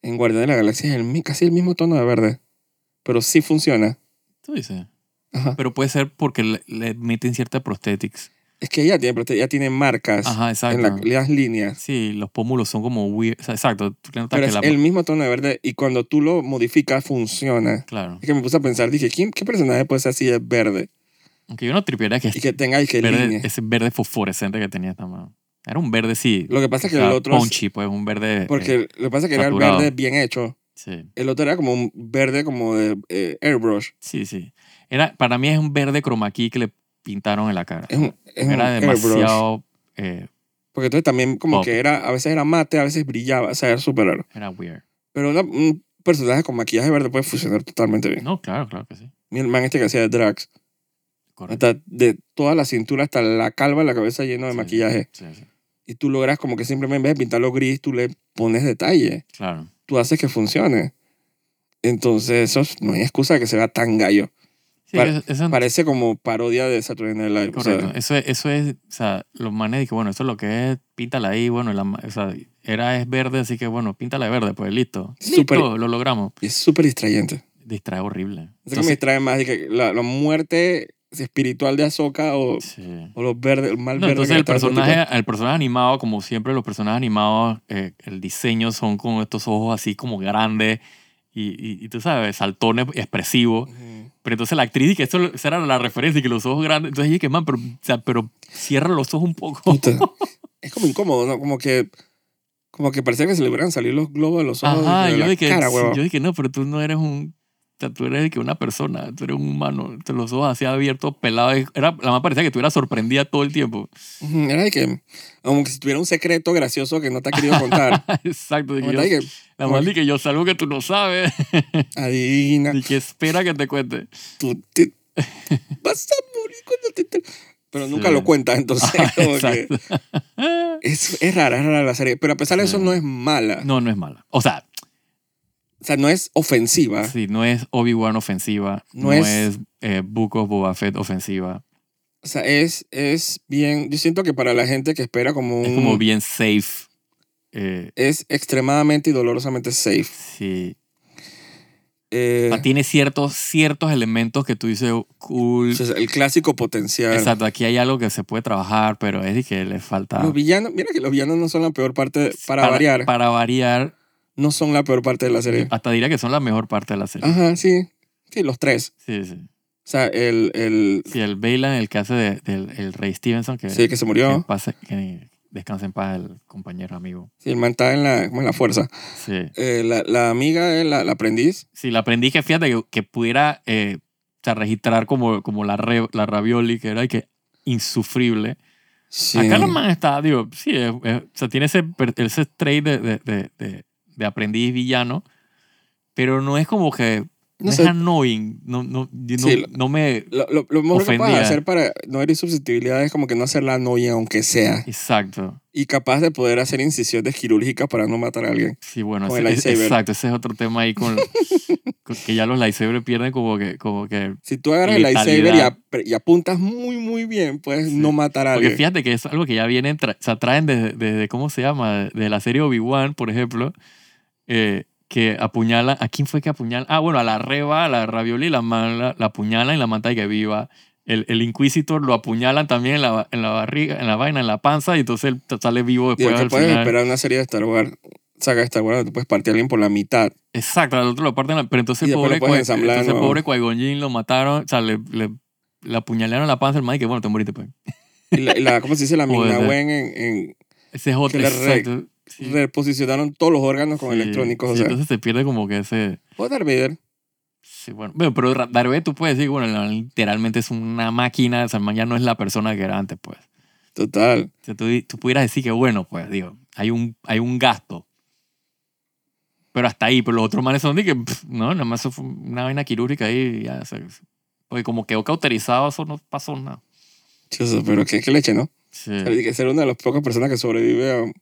Speaker 1: en Guardián de la Galaxia es el, mi- casi el mismo tono de verde? Pero sí funciona.
Speaker 2: Tú dices.
Speaker 1: Ajá.
Speaker 2: Pero puede ser porque le, le meten cierta prosthetics.
Speaker 1: Es que ella tiene, ella tiene marcas
Speaker 2: Ajá,
Speaker 1: en
Speaker 2: exacto.
Speaker 1: la- las líneas.
Speaker 2: Sí, los pómulos son como weird. o sea, exacto, tú le notas
Speaker 1: Pero
Speaker 2: que
Speaker 1: es
Speaker 2: la.
Speaker 1: el mismo tono de verde y cuando tú lo modificas funciona.
Speaker 2: Claro.
Speaker 1: Es que me puse a pensar, dije, ¿quién, ¿qué personaje puede ser así de verde?
Speaker 2: Aunque yo no tripiera que
Speaker 1: Y
Speaker 2: es
Speaker 1: que tenga y que
Speaker 2: verde,
Speaker 1: líneas.
Speaker 2: ese verde fosforescente que tenía esta mano. Era un verde, sí.
Speaker 1: Lo que pasa es que
Speaker 2: o sea,
Speaker 1: el otro... es-
Speaker 2: punchy, pues un verde. eh,
Speaker 1: Porque lo que pasa es que era
Speaker 2: saturado.
Speaker 1: el verde bien hecho.
Speaker 2: sí.
Speaker 1: El otro era como un verde como de eh, airbrush.
Speaker 2: Sí, sí. Era, para mí es un verde chroma key que le pintaron en la cara.
Speaker 1: Es un, es un
Speaker 2: Era
Speaker 1: airbrush.
Speaker 2: demasiado... eh,
Speaker 1: Porque entonces también como
Speaker 2: Pop.
Speaker 1: que era, a veces era mate, a veces brillaba, o sea, era súper raro.
Speaker 2: era weird.
Speaker 1: Pero una- un personaje con maquillaje verde puede funcionar totalmente bien.
Speaker 2: No, claro, claro que sí.
Speaker 1: Mi hermano este que hacía de Drax,
Speaker 2: Correcto.
Speaker 1: hasta de toda la cintura hasta la calva, la cabeza lleno de
Speaker 2: Sí.
Speaker 1: maquillaje.
Speaker 2: Sí, sí.
Speaker 1: Y tú logras como que simplemente en vez de pintarlo gris, tú le pones detalle.
Speaker 2: Claro.
Speaker 1: Tú haces que funcione. Entonces, eso es- no hay excusa de que se vea tan gallo.
Speaker 2: Sí,
Speaker 1: Pare-
Speaker 2: eso, eso-
Speaker 1: Parece como parodia de Saturday Night Live. o sea,
Speaker 2: correcto. Eso, es- eso es, o sea, los manes dije, bueno, esto es lo que es, píntala ahí, bueno, la ma- o sea, era es verde, así que bueno, píntala de verde, pues listo.
Speaker 1: Súper-
Speaker 2: Listo, lo logramos.
Speaker 1: Y es súper distrayente.
Speaker 2: Distrae horrible.
Speaker 1: Eso que me
Speaker 2: Entonces,
Speaker 1: distrae más de que la, la muerte espiritual de Ahsoka o,
Speaker 2: Sí.
Speaker 1: o los verdes, el mal
Speaker 2: No,
Speaker 1: verde.
Speaker 2: entonces
Speaker 1: que
Speaker 2: el
Speaker 1: está dando
Speaker 2: personaje, el personaje animado, como siempre, los personajes animados, eh, el diseño son con estos ojos así como grandes y, y- y tú sabes, saltones expresivos.
Speaker 1: tipo- Ujú.
Speaker 2: Pero entonces la actriz, y que eso lo- esa era la referencia, y que los ojos grandes. Entonces dije que, man, pero, o sea, pero cierra los ojos un poco.
Speaker 1: Puta. es como incómodo, ¿no? Como que, como que parecía que se le hubieran salido los globos de los ojos
Speaker 2: Ajá,
Speaker 1: de
Speaker 2: yo
Speaker 1: la
Speaker 2: dije,
Speaker 1: cara,
Speaker 2: sí,
Speaker 1: huevón.
Speaker 2: yo dije, no, pero tú no eres un. o sea, tú eres de que una persona, tú eres un humano. Entonces, los ojos así abiertos, pelados. Era, la más parecía que tú eras sorprendida todo el tiempo.
Speaker 1: Ujú, Era de que, como que si tuviera un secreto gracioso que no te ha querido contar.
Speaker 2: Exacto. dije
Speaker 1: Como
Speaker 2: yo-
Speaker 1: tal, que,
Speaker 2: la
Speaker 1: como
Speaker 2: más
Speaker 1: que-
Speaker 2: dije, yo salgo que tú no sabes.
Speaker 1: adivina,
Speaker 2: Y que espera que te cuente.
Speaker 1: tú te- vas a morir cuando te... te-". Pero nunca
Speaker 2: Sí.
Speaker 1: lo cuentas, entonces. como que
Speaker 2: Exacto.
Speaker 1: es, es rara, es rara la serie. Pero a pesar de eso
Speaker 2: Sí.
Speaker 1: no es mala.
Speaker 2: No, no es mala. O sea,
Speaker 1: O sea, no es ofensiva.
Speaker 2: sí, no es Obi-Wan ofensiva,
Speaker 1: No
Speaker 2: no,
Speaker 1: es-
Speaker 2: es, eh, Book of Boba Fett ofensiva.
Speaker 1: O sea, es, es bien... Yo siento que para la gente que espera como un...
Speaker 2: Es como bien safe. Eh,
Speaker 1: Es extremadamente y dolorosamente safe.
Speaker 2: sí.
Speaker 1: Eh,
Speaker 2: O sea, tiene ciertos, ciertos elementos que tú dices, oh, cool.
Speaker 1: o sea, el clásico potencial.
Speaker 2: Exacto, aquí hay algo que se puede trabajar, pero es de que le falta...
Speaker 1: Los villanos, mira que los villanos no son la peor parte, para, variar,
Speaker 2: Para variar,
Speaker 1: no son la peor parte de la serie.
Speaker 2: hasta diría que son la mejor parte de la serie.
Speaker 1: Ajá, sí. Sí, los tres.
Speaker 2: Sí, sí.
Speaker 1: O sea, el, el
Speaker 2: Sí, el Bailan, el que hace de- del el Rey Stevenson, que,
Speaker 1: sí, que se
Speaker 2: que,
Speaker 1: murió.
Speaker 2: pase- que descanse en paz el compañero amigo.
Speaker 1: Sí, el man está en la, como en la fuerza.
Speaker 2: Sí.
Speaker 1: Eh, la, la amiga, eh, la, la aprendiz.
Speaker 2: Sí, la aprendí que fíjate que, que pudiera eh, o sea, registrar como, como la, re- la ravioli, que era y que insufrible.
Speaker 1: Sí.
Speaker 2: Acá la man está, digo, sí, es- es- o sea, tiene ese, per- ese trait de, de, de, de- de aprendiz villano, pero no es como que, no,
Speaker 1: No
Speaker 2: es
Speaker 1: sé.
Speaker 2: annoying, no, no, yo no,
Speaker 1: Sí, lo-
Speaker 2: no me...
Speaker 1: Lo, lo, lo mejor que puedes
Speaker 2: Ofendida.
Speaker 1: hacer para no herir susceptibilidad es como que no hacer la noia, aunque sea.
Speaker 2: Exacto.
Speaker 1: Y capaz de poder hacer incisiones quirúrgicas para no matar a alguien.
Speaker 2: Sí, bueno,
Speaker 1: Con
Speaker 2: ese,
Speaker 1: el
Speaker 2: es-
Speaker 1: lightsaber.
Speaker 2: exacto, ese es otro tema ahí con, con que ya los lightsabers pierden como que, como que
Speaker 1: Si tú agarras el lightsaber y,
Speaker 2: Letalidad.
Speaker 1: ap- y apuntas muy, muy bien, puedes
Speaker 2: Sí.
Speaker 1: no matar a
Speaker 2: Porque
Speaker 1: alguien.
Speaker 2: fíjate que es algo que ya vienen, tra- o sea, traen desde, desde- ¿cómo se llama? De la serie Obi-Wan, por ejemplo, eh, que apuñala, ¿a quién fue que apuñala? Ah, bueno, a la reba, a la ravioli, la, man- la, la apuñalan y la manta de que viva. El, el Inquisitor lo apuñalan también en la, en la barriga, en la vaina, en la panza, y entonces él t- sale vivo
Speaker 1: Digo,
Speaker 2: después
Speaker 1: que
Speaker 2: al
Speaker 1: puedes
Speaker 2: final.
Speaker 1: esperar una serie de Star Wars, saga de Star Wars, donde puedes partir a alguien por la mitad.
Speaker 2: Exacto, al otro lo parten, la- pero entonces
Speaker 1: Y
Speaker 2: el
Speaker 1: después lo
Speaker 2: pobre,
Speaker 1: puedes
Speaker 2: Qui-
Speaker 1: ensamblar de
Speaker 2: entonces el
Speaker 1: nuevo.
Speaker 2: pobre Qui-Gon Jinn lo mataron, o sea, le, le, le apuñalaron la panza, el man, y que bueno, te moriste, pues.
Speaker 1: Y la, y la- ¿Cómo se dice? La
Speaker 2: Joder.
Speaker 1: Mignawen en, en-
Speaker 2: Ese es otro,
Speaker 1: le re-
Speaker 2: exacto. sí.
Speaker 1: reposicionaron todos los órganos con
Speaker 2: Sí,
Speaker 1: electrónicos.
Speaker 2: sí,
Speaker 1: o sea,
Speaker 2: entonces se pierde como que ese...
Speaker 1: o Darth Vader.
Speaker 2: Sí, bueno, Bueno, pero Ra- Darth Vader tú puedes decir, bueno, la- literalmente es una máquina, o sea, el man ya no es la persona que era antes, pues.
Speaker 1: Total.
Speaker 2: O sea, tú, di- tú pudieras decir que, bueno, pues, digo, hay un, hay un gasto. Pero hasta ahí, pero los otros manes son de que, pff, no, nada más eso fue una vaina quirúrgica ahí, ya, o sea, porque como quedó cauterizado, eso no pasó nada.
Speaker 1: Chuzo, pero qué, qué leche, ¿no?
Speaker 2: Sí,
Speaker 1: O sea, Hay que ser una de las pocas personas que sobrevive a... O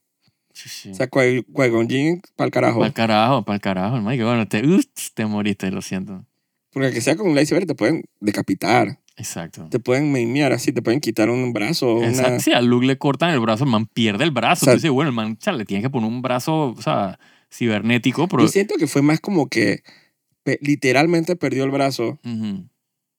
Speaker 2: sí, sí.
Speaker 1: sea, Qui- Qui-Gon Jinn pa'l carajo.
Speaker 2: Para el carajo, para el carajo, el man, que bueno, te, ups, te moriste, lo siento.
Speaker 1: Porque que sea con un lightsaber te pueden decapitar,
Speaker 2: Exacto.
Speaker 1: te pueden meimear así, te pueden quitar un brazo o una...
Speaker 2: Exacto, sí, a Luke le cortan el brazo, el man pierde el brazo.
Speaker 1: O sea,
Speaker 2: Tú dices, bueno, el man chale, le tiene que poner un brazo, o sea, cibernético, pero...
Speaker 1: Yo siento que fue más como que pe- literalmente perdió el brazo
Speaker 2: Ujú.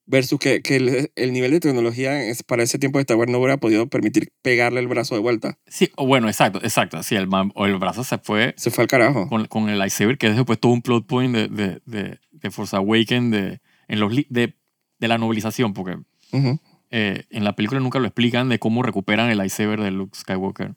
Speaker 1: versus que, que el, el nivel de tecnología es- para ese tiempo de Star Wars no hubiera podido permitir pegarle el brazo de vuelta.
Speaker 2: Sí, o bueno, exacto, exacto. Sí, el man, o el brazo se fue
Speaker 1: Se fue al carajo.
Speaker 2: con, con el lightsaber, que es después todo un plot point de, de, de, de Force Awakens, de, en los, li- de, de la novelización, porque
Speaker 1: Ujú.
Speaker 2: eh, en la película nunca lo explican de cómo recuperan el lightsaber de Luke Skywalker.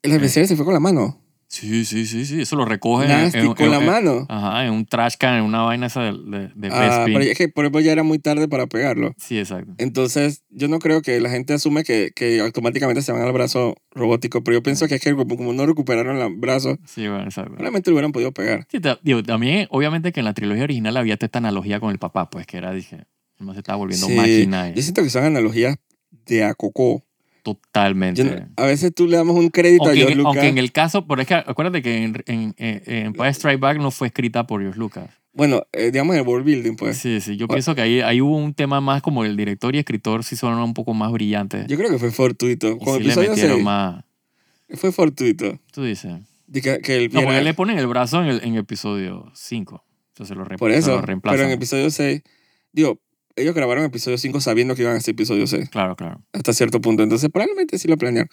Speaker 1: El adversario se fue con la mano.
Speaker 2: Sí, sí, sí, sí, eso lo recogen en-
Speaker 1: Nasty,
Speaker 2: en-
Speaker 1: con
Speaker 2: en-
Speaker 1: la
Speaker 2: en-
Speaker 1: mano.
Speaker 2: Ajá, en un trash can, en una vaina esa de, de, de
Speaker 1: Ah,
Speaker 2: Bespin.
Speaker 1: pero es que por ejemplo ya era muy tarde para pegarlo.
Speaker 2: Sí, exacto.
Speaker 1: Entonces, yo no creo que la gente asume que, que automáticamente se van al brazo robótico, pero yo pienso que es que como como no recuperaron el brazo,
Speaker 2: Sí, bueno, exacto.
Speaker 1: probablemente lo hubieran podido pegar.
Speaker 2: Sí, ta- digo, también, obviamente que en la trilogía original había esta analogía con el papá, pues que era, dije, no se estaba volviendo
Speaker 1: Sí.
Speaker 2: máquina eh,
Speaker 1: Yo siento que son analogías de a cocó.
Speaker 2: totalmente.
Speaker 1: Yo no- a veces tú le damos un crédito a
Speaker 2: aunque,
Speaker 1: George
Speaker 2: en,
Speaker 1: Lucas.
Speaker 2: aunque en el caso, pero es que acuérdate que en, en, en- en Empire Strike Back no fue escrita por George Lucas.
Speaker 1: Bueno, eh, digamos en el world building, pues.
Speaker 2: Sí, sí, yo
Speaker 1: O-
Speaker 2: pienso que ahí, ahí hubo un tema más como el director y escritor sí son un poco más brillantes.
Speaker 1: Yo creo que fue fortuito.
Speaker 2: Y
Speaker 1: Con
Speaker 2: sí le
Speaker 1: episodio
Speaker 2: metieron
Speaker 1: 6,
Speaker 2: más,
Speaker 1: fue fortuito.
Speaker 2: tú dices.
Speaker 1: De que, que él
Speaker 2: No,
Speaker 1: viera-
Speaker 2: porque le ponen el brazo en el en episodio 5. Entonces lo, re-
Speaker 1: por
Speaker 2: se lo
Speaker 1: eso.
Speaker 2: reemplazan.
Speaker 1: Pero en episodio 6, digo, ellos grabaron episodio 5 sabiendo que iban a hacer episodio 6
Speaker 2: Claro, claro.
Speaker 1: hasta cierto punto. Entonces, probablemente sí lo planearon.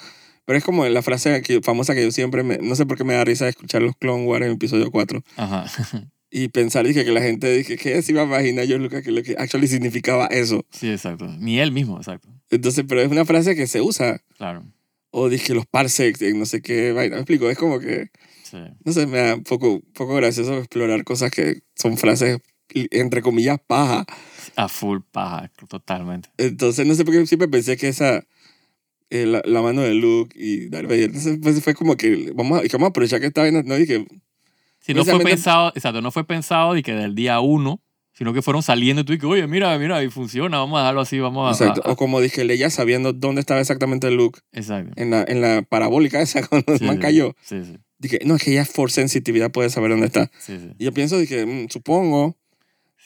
Speaker 1: Pero es como la frase que- famosa que yo siempre, me- no sé por qué me da risa escuchar los Clone Wars en episodio 4
Speaker 2: Ajá.
Speaker 1: y pensar dije, que la gente dije, ¿qué se iba a imaginar yo, Lucas, que lo que actually significaba eso?
Speaker 2: Sí, exacto. Ni él mismo, exacto.
Speaker 1: Entonces, pero es una frase que se usa.
Speaker 2: Claro.
Speaker 1: O dije, los parsecs, en no sé qué vaina. Me explico, es como que,
Speaker 2: Sí.
Speaker 1: no sé, me da un poco, un poco gracioso explorar cosas que son frases, entre comillas, paja.
Speaker 2: A full paja, totalmente.
Speaker 1: Entonces, no sé por qué siempre pensé que esa. eh, la, la mano de Luke y Darth Vader. Entonces, pues, fue como que. Vamos a, que vamos a aprovechar que esta vaina. No dije.
Speaker 2: Si no fue
Speaker 1: Precisamente-
Speaker 2: pensado, exacto, no fue pensado de que del día uno, sino que fueron saliendo y tú dices, oye, mira, mira, y funciona, vamos a dejarlo así, vamos a...
Speaker 1: exacto.
Speaker 2: a- a-
Speaker 1: O como dije, leía sabiendo dónde estaba exactamente Luke
Speaker 2: exacto.
Speaker 1: en la, en la parabólica esa cuando el
Speaker 2: Sí,
Speaker 1: man
Speaker 2: sí,
Speaker 1: cayó.
Speaker 2: Sí, sí,
Speaker 1: Dije, no, es que ella es for sensitividad puede saber dónde está.
Speaker 2: sí, sí,
Speaker 1: Y yo pienso, dije, mm, supongo.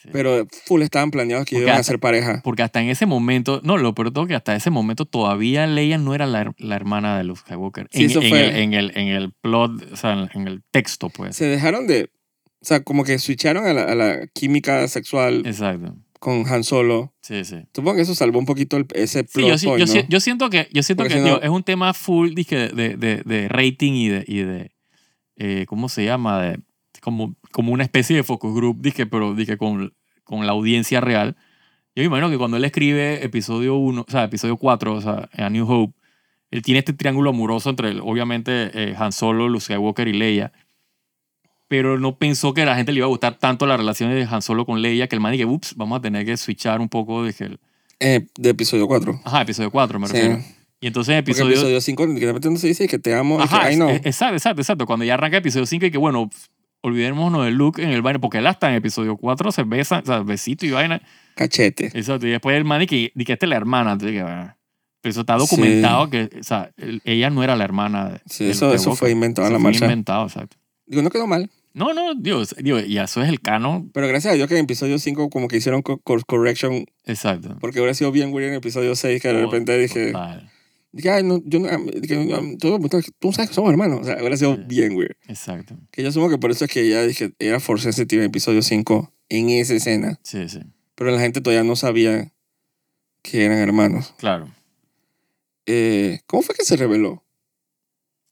Speaker 2: sí.
Speaker 1: Pero full estaban planeados que
Speaker 2: Porque
Speaker 1: iban a
Speaker 2: hasta-
Speaker 1: ser pareja.
Speaker 2: Porque hasta en ese momento, no, lo peor de todo es que hasta ese momento todavía Leia no era la, her- la hermana de Luke Skywalker.
Speaker 1: Sí,
Speaker 2: en,
Speaker 1: eso
Speaker 2: en
Speaker 1: fue-
Speaker 2: El, en, el, en el plot, o sea, en- en el texto, pues.
Speaker 1: Se dejaron de. O sea, como que switcharon a la, a la química sexual
Speaker 2: Exacto.
Speaker 1: con Han Solo.
Speaker 2: Sí, sí.
Speaker 1: Supongo que eso salvó un poquito el- ese
Speaker 2: Sí,
Speaker 1: plot
Speaker 2: yo, sí-
Speaker 1: point,
Speaker 2: yo sí-
Speaker 1: ¿no?
Speaker 2: yo siento que, yo siento
Speaker 1: Porque
Speaker 2: que
Speaker 1: si
Speaker 2: digo,
Speaker 1: no-
Speaker 2: es un tema full dizque, de, de, de rating y de, y de eh, ¿cómo se llama? De, como, como una especie de focus group, dije, pero dije, con, con la audiencia real. Yo me imagino que cuando él escribe episodio 1, o sea, episodio 4, o sea, A New Hope, él tiene este triángulo amoroso entre, el- obviamente, eh, Han Solo, Luke Skywalker y Leia. Pero no pensó que a la gente le iba a gustar tanto la relación de Han Solo con Leia que el man dije, ups, vamos a tener que switchar un poco, dije, el-
Speaker 1: Eh, de episodio 4.
Speaker 2: ajá, episodio 4 me
Speaker 1: Sí.
Speaker 2: refiero. Y entonces en
Speaker 1: Porque
Speaker 2: episodio...
Speaker 1: episodio 5, que de repente no se dice que te amo. y que,
Speaker 2: Ajá,
Speaker 1: ay, no.
Speaker 2: es- exacto, exacto, exacto. Cuando ya arranca episodio 5 y que, bueno, pf, olvidémonos de Luke en el baño, porque él hasta en episodio 4 se besa, o sea, besito y vaina.
Speaker 1: Cachete.
Speaker 2: Exacto, y después el man y que, y que esta es la hermana. Entonces, que, bueno. pero eso está documentado que, o sea, el- ella no era la hermana. de-
Speaker 1: Sí,
Speaker 2: del
Speaker 1: eso, eso
Speaker 2: Skywalker.
Speaker 1: fue inventado
Speaker 2: Eso
Speaker 1: en la
Speaker 2: fue
Speaker 1: marcha.
Speaker 2: inventado, exacto.
Speaker 1: Digo, no quedó mal.
Speaker 2: No, no, Dios, digo, y eso es el canon,
Speaker 1: Pero gracias a Dios que en episodio 5 como que hicieron co- course correction.
Speaker 2: exacto.
Speaker 1: Porque hubiera sido bien weird en episodio 6 que de repente dije...
Speaker 2: Oh, Total,
Speaker 1: Dije, ay, no, yo no... am- dije, am- tú, tú sabes que somos hermanos. O sea, hubiera sido
Speaker 2: Sí.
Speaker 1: bien weird.
Speaker 2: exacto.
Speaker 1: Que yo asumo que por eso es que ella dije, era force sensitive en episodio 5 en esa escena.
Speaker 2: Sí, sí,
Speaker 1: Pero la gente todavía no sabía que eran hermanos.
Speaker 2: claro.
Speaker 1: Eh, ¿Cómo fue que se reveló?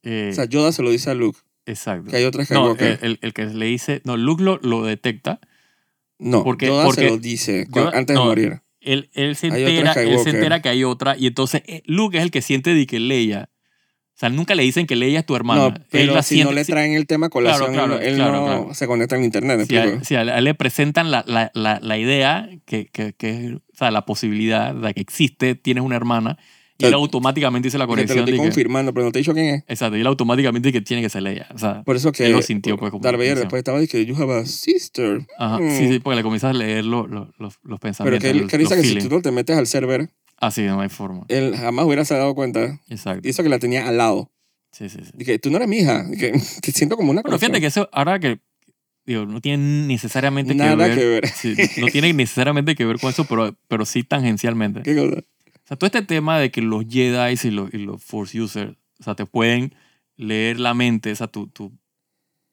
Speaker 2: Eh,
Speaker 1: O sea, Yoda se lo dice a Luke.
Speaker 2: exacto.
Speaker 1: Que hay otras que
Speaker 2: No, eh, el, el- el que le dice, no, Luke lo, lo detecta
Speaker 1: No,
Speaker 2: Porque-
Speaker 1: Yoda se
Speaker 2: porque-
Speaker 1: lo dice
Speaker 2: Yoda-
Speaker 1: cu- antes
Speaker 2: no.
Speaker 1: de morir.
Speaker 2: él, él se
Speaker 1: Hay
Speaker 2: entera,
Speaker 1: otra
Speaker 2: él se
Speaker 1: Skywalker.
Speaker 2: entera que hay otra y entonces eh, Luke es el que siente de que Leia, o sea, nunca le dicen que Leia es tu hermana.
Speaker 1: No,
Speaker 2: él
Speaker 1: pero
Speaker 2: la
Speaker 1: si
Speaker 2: siente-
Speaker 1: no le
Speaker 2: si-
Speaker 1: traen el tema a colación,
Speaker 2: Claro, claro,
Speaker 1: él no- él
Speaker 2: claro,
Speaker 1: no
Speaker 2: claro.
Speaker 1: se conecta en internet. ¿me
Speaker 2: si a,
Speaker 1: explico?
Speaker 2: si a- a él le presentan la, la, la, la idea que, que, que- o sea, la posibilidad de que existe, tienes una hermana y
Speaker 1: Te-
Speaker 2: él automáticamente dice la
Speaker 1: Porque te lo
Speaker 2: conexión
Speaker 1: estoy
Speaker 2: de que,
Speaker 1: confirmando, pero no te he dicho quién es.
Speaker 2: exacto, y él automáticamente dice que tiene que ser Leia, o sea,
Speaker 1: Por eso que
Speaker 2: Él lo sintió, pues, como
Speaker 1: Darth Vader
Speaker 2: conexión.
Speaker 1: después estaba diciendo, you have a sister.
Speaker 2: ajá,
Speaker 1: Mm.
Speaker 2: sí, sí, porque le comienzas a leer lo- lo- los, los
Speaker 1: Pero
Speaker 2: pensamientos,
Speaker 1: que él
Speaker 2: los-
Speaker 1: que él dice
Speaker 2: los
Speaker 1: que si tú
Speaker 2: feelings.
Speaker 1: no te metes al server,
Speaker 2: Ah, sí, no hay forma,
Speaker 1: él jamás hubiera se dado cuenta.
Speaker 2: exacto,
Speaker 1: Y eso que la tenía al lado.
Speaker 2: sí, sí, sí.
Speaker 1: Dije, tú no eres mi hija. Dije, que siento como una
Speaker 2: Bueno, fíjate que
Speaker 1: conexión.
Speaker 2: eso, ahora que, digo, no tiene necesariamente que
Speaker 1: Nada
Speaker 2: ver,
Speaker 1: que ver.
Speaker 2: sí, no tiene necesariamente que ver con eso, pero, pero sí tangencialmente.
Speaker 1: ¿Qué cosa?
Speaker 2: O sea, todo este tema de que los Jedi y los, y los Force Users, o sea, te pueden leer la mente, o sea, tu, tu,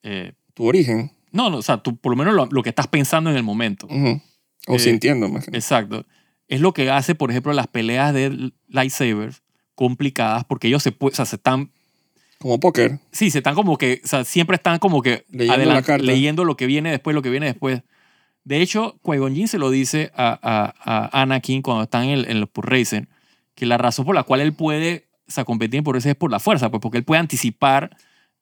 Speaker 2: eh,
Speaker 1: Tu origen.
Speaker 2: no, no, o sea, tú, por lo menos lo, lo que estás pensando en el momento.
Speaker 1: Ujú. O
Speaker 2: Eh,
Speaker 1: sintiendo más. que-
Speaker 2: Exacto. Es lo que hace, por ejemplo, las peleas de lightsabers complicadas porque ellos se, pue- o sea, se están
Speaker 1: Como póker.
Speaker 2: Sí, se están como que, o sea, siempre están como que
Speaker 1: Leyendo
Speaker 2: adelan-
Speaker 1: la carta.
Speaker 2: leyendo lo que viene después, lo que viene después. De hecho, Qui-Gon Jinn se lo dice a, a- a Anakin cuando están en, en los Purracen, que la razón por la cual él puede, o sea, competir en Purracen es por la fuerza, pues porque él puede anticipar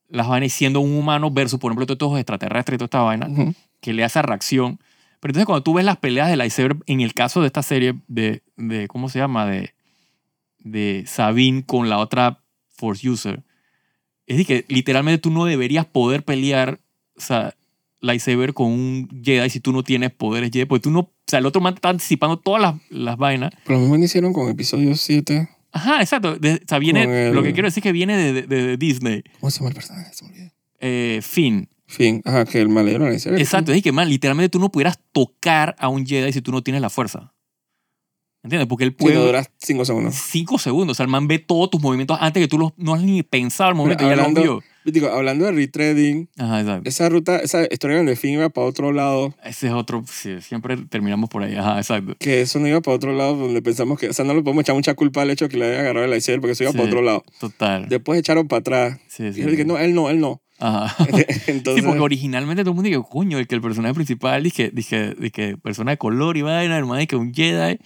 Speaker 2: las vainas siendo un humano versus, por ejemplo, todos estos extraterrestres y toda esta vaina
Speaker 1: Ujú.
Speaker 2: que le hace reacción. Pero entonces cuando tú ves las peleas de lightsaber, en el caso de esta serie de, de ¿cómo se llama? De, de Sabine con la otra Force User, es de que literalmente tú no deberías poder pelear, o sea, lightsaber con un Jedi si tú no tienes poderes Jedi, porque tú no, o sea, el otro man te está anticipando todas las, las vainas.
Speaker 1: Pero lo mismo que hicieron con episodio 7.
Speaker 2: Ajá, exacto. De- o sea,
Speaker 1: Con
Speaker 2: viene,
Speaker 1: el-
Speaker 2: lo que quiero decir es que viene de, de- de Disney.
Speaker 1: ¿Cómo se llama el personaje? Se me olvidó.
Speaker 2: Eh, Finn.
Speaker 1: Fin. Ajá, que el maledero en serio.
Speaker 2: Exacto, es que, man, literalmente tú no pudieras tocar a un Jedi si tú no tienes la fuerza. ¿Entiendes? Porque él
Speaker 1: Si
Speaker 2: puede...
Speaker 1: no duras cinco segundos.
Speaker 2: Cinco segundos. O sea, el man ve todos tus movimientos antes que tú los, no has ni pensado el momento. Ya los
Speaker 1: hablando-
Speaker 2: vio.
Speaker 1: Digo, hablando de retreading,
Speaker 2: Ajá, exacto.
Speaker 1: esa ruta, esa historia donde Finn iba para otro lado,
Speaker 2: Ese es otro... sí, siempre terminamos por ahí. Ajá, exacto.
Speaker 1: que eso no iba para otro lado, donde pensamos que, o sea, no le podemos echar mucha culpa al hecho de que le hayan agarrado el iceberg, porque eso iba
Speaker 2: Sí.
Speaker 1: para otro lado.
Speaker 2: Total.
Speaker 1: Después echaron para atrás.
Speaker 2: sí,
Speaker 1: Y
Speaker 2: sí.
Speaker 1: yo dije, no, él no, él no.
Speaker 2: Ajá. Sí,
Speaker 1: Entonces,
Speaker 2: porque originalmente todo el mundo dijo, coño, el que el personaje principal, dije, dije, dije, persona de color y vaina, hermano, que un Jedi.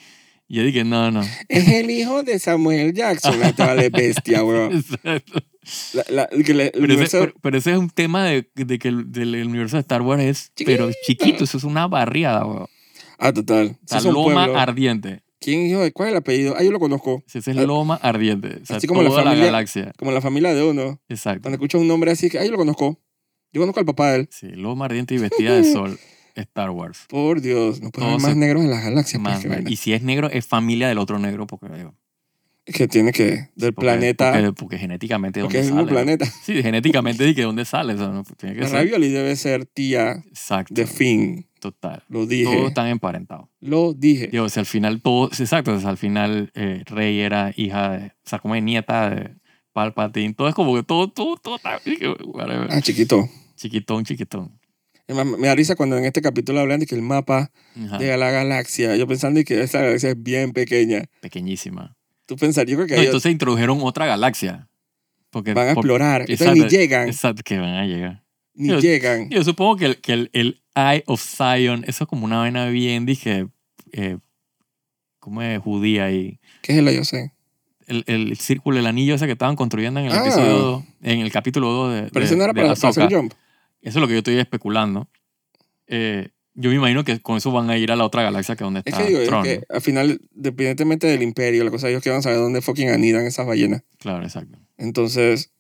Speaker 2: Y yo dije, no, no.
Speaker 1: es el hijo de Samuel Jackson. Ahí te vale bestia, weón.
Speaker 2: Exacto.
Speaker 1: La, la- que le- el
Speaker 2: Pero ese,
Speaker 1: universo-
Speaker 2: pero, pero ese es un tema de, de que el del universo de Star Wars es, pero chiquito, eso es una barriada, weón.
Speaker 1: Ah, total.
Speaker 2: O sea,
Speaker 1: Sí, son
Speaker 2: loma
Speaker 1: pueblos.
Speaker 2: ardiente.
Speaker 1: ¿Quién hijo de cuál es el apellido? Ah, yo lo conozco.
Speaker 2: O sea, esa es
Speaker 1: Ah,
Speaker 2: loma ardiente. O sea,
Speaker 1: así como la
Speaker 2: toda la,
Speaker 1: familia-
Speaker 2: galaxia.
Speaker 1: Como la familia de uno.
Speaker 2: Exacto.
Speaker 1: Cuando escucho un nombre así, que, ah, yo lo conozco. Yo conozco al papá de él.
Speaker 2: Sí, loma ardiente y vestida de sol, Star Wars.
Speaker 1: Por Dios, no puede haber
Speaker 2: Todos
Speaker 1: más
Speaker 2: se-
Speaker 1: negros en las galaxias. pues,
Speaker 2: Más,
Speaker 1: qué
Speaker 2: güey.
Speaker 1: vaina.
Speaker 2: y si es negro, es familia del otro negro, porque, digo,
Speaker 1: Es que tiene que, del
Speaker 2: porque-
Speaker 1: planeta, porque,
Speaker 2: Porque, porque genéticamente, ¿dónde
Speaker 1: es el
Speaker 2: sale?
Speaker 1: mismo planeta.
Speaker 2: Sí, genéticamente, ¿y que dónde sale? O sea, no, tiene que
Speaker 1: La
Speaker 2: ser.
Speaker 1: Ravioli debe ser tía
Speaker 2: Exacto.
Speaker 1: de Finn.
Speaker 2: Total.
Speaker 1: Lo dije.
Speaker 2: Todos están emparentados.
Speaker 1: Lo dije.
Speaker 2: Digo, si al final todo. sí, Exacto. o sea, al final eh, Rey era hija de. O sea, como es nieta de Palpatine. Todo es como que todo, todo, todo. está- whatever.
Speaker 1: Ah, chiquito.
Speaker 2: Chiquitón, chiquitón.
Speaker 1: Es más, me da risa cuando en este capítulo hablan de que el mapa
Speaker 2: Ajá,
Speaker 1: de la galaxia. Yo pensando de que esa galaxia es bien pequeña.
Speaker 2: Pequeñísima.
Speaker 1: Tú pensarías, yo creo que
Speaker 2: No,
Speaker 1: ellos
Speaker 2: entonces introdujeron otra galaxia. Porque,
Speaker 1: van a
Speaker 2: por-
Speaker 1: explorar. Entonces ni
Speaker 2: Exacto,
Speaker 1: llegan,
Speaker 2: Exacto, que van a llegar.
Speaker 1: ni
Speaker 2: yo-
Speaker 1: llegan.
Speaker 2: Yo supongo que el, que el, el Eye of Zion, eso es como una vaina bien, dije. Eh, ¿Cómo es judía y.
Speaker 1: ¿Qué es el IOC?
Speaker 2: el, el círculo, el anillo ese que estaban construyendo en el
Speaker 1: Ah.
Speaker 2: episodio, dos- en el capítulo 2 de, de,
Speaker 1: Pero eso no era
Speaker 2: de
Speaker 1: para, para hacer
Speaker 2: Ahsoka.
Speaker 1: el jump.
Speaker 2: Eso es lo que yo estoy especulando. Eh, yo me imagino que con eso van a ir a la otra galaxia que es donde
Speaker 1: Es
Speaker 2: está
Speaker 1: que digo, es
Speaker 2: Ah, Tron.
Speaker 1: que al final, dependientemente del imperio, la cosa ellos que van a saber dónde fucking anidan esas ballenas.
Speaker 2: Claro, exacto.
Speaker 1: Entonces,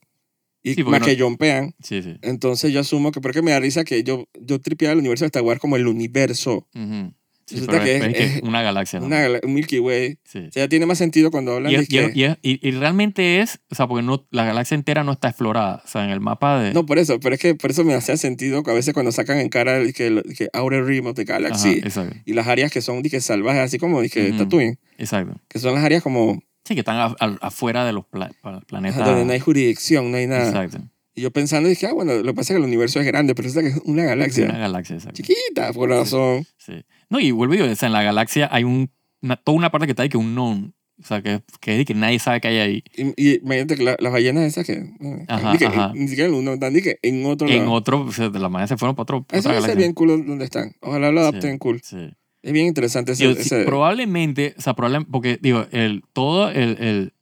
Speaker 1: y
Speaker 2: Sí, porque
Speaker 1: más
Speaker 2: no-
Speaker 1: que jumpean.
Speaker 2: Sí, sí.
Speaker 1: Entonces yo asumo que, porque me da risa que yo, yo tripeaba el universo de Star Wars como el universo.
Speaker 2: Ujú. Sí,
Speaker 1: Resulta
Speaker 2: pero
Speaker 1: que
Speaker 2: es,
Speaker 1: es-
Speaker 2: es que
Speaker 1: es
Speaker 2: es una galaxia. ¿no?
Speaker 1: Una, gala- un Milky Way.
Speaker 2: Sí.
Speaker 1: O sea, ya tiene más sentido cuando hablan
Speaker 2: Y,
Speaker 1: de
Speaker 2: es- y
Speaker 1: que...
Speaker 2: es- y es- y- y realmente es, o sea, porque no, la galaxia entera no está explorada. O sea, en el mapa de...
Speaker 1: No, por eso, pero es que por eso me hacía sentido que a veces cuando sacan en cara el que, el- que Outer Rim of the
Speaker 2: Ajá,
Speaker 1: Galaxy
Speaker 2: exacto,
Speaker 1: y las áreas que son dije, salvajes, así como dije,
Speaker 2: Ujú.
Speaker 1: Tatooine,
Speaker 2: exacto.
Speaker 1: que son las áreas como
Speaker 2: Sí, que están a- a- afuera de los pla- pa- planetas.
Speaker 1: donde no hay jurisdicción, no hay nada.
Speaker 2: Exacto.
Speaker 1: Y yo pensando dije, ah, bueno, lo que pasa es que el universo es grande, pero resulta que es una galaxia
Speaker 2: Una galaxia, exacto.
Speaker 1: chiquita, por razón.
Speaker 2: Sí. No, y vuelvo y digo, o sea, en la galaxia hay un, una- toda una parte que está ahí que un known. O sea, que, que es de que nadie sabe que hay ahí.
Speaker 1: Y, y imagínate que la- las ballenas esas que... eh,
Speaker 2: Ajá,
Speaker 1: dije,
Speaker 2: ajá.
Speaker 1: Ni siquiera en uno, están dije, en otro
Speaker 2: En
Speaker 1: lado.
Speaker 2: otro, o sea, de la manera se fueron para otro.
Speaker 1: Eso
Speaker 2: otra
Speaker 1: debe ser
Speaker 2: galaxia.
Speaker 1: bien cool donde están. Ojalá lo
Speaker 2: Sí.
Speaker 1: adapten cool.
Speaker 2: Sí.
Speaker 1: Es bien interesante ese...
Speaker 2: Digo, sí,
Speaker 1: ese-
Speaker 2: probablemente, o sea, probablemente, porque digo, el, todo el, el-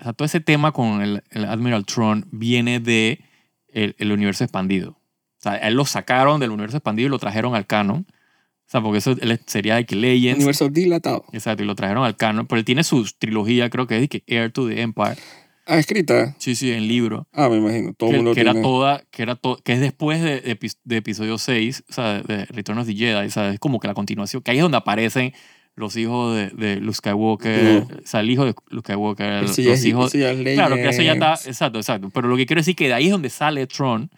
Speaker 2: o sea, todo ese tema con el, el Admiral Tron viene de el, el universo expandido. O sea, él lo sacaron del universo expandido y lo trajeron al canon. O sea, porque eso él sería de que Legends.
Speaker 1: universo dilatado.
Speaker 2: Exacto, y lo trajeron al canon. Pero él tiene su trilogía, creo que es de que Heir to the Empire.
Speaker 1: Ah, escrita.
Speaker 2: Sí, sí, en libro.
Speaker 1: Ah, me imagino. Todo el
Speaker 2: Que,
Speaker 1: mundo
Speaker 2: que era
Speaker 1: tiene-
Speaker 2: toda, que era to- que es después de, de epi- de episodio 6, o sea, de Return of the Jedi, o sea, es como que la continuación, que ahí es donde aparecen los hijos de, de Luke Skywalker,
Speaker 1: Ujú.
Speaker 2: o sea, el hijo de Luke Skywalker,
Speaker 1: Eso ya
Speaker 2: los
Speaker 1: es-
Speaker 2: hijos...
Speaker 1: eso ya es
Speaker 2: Claro, que eso ya está,
Speaker 1: Legends.
Speaker 2: exacto, exacto. Pero lo que quiero decir que de ahí es donde sale Tron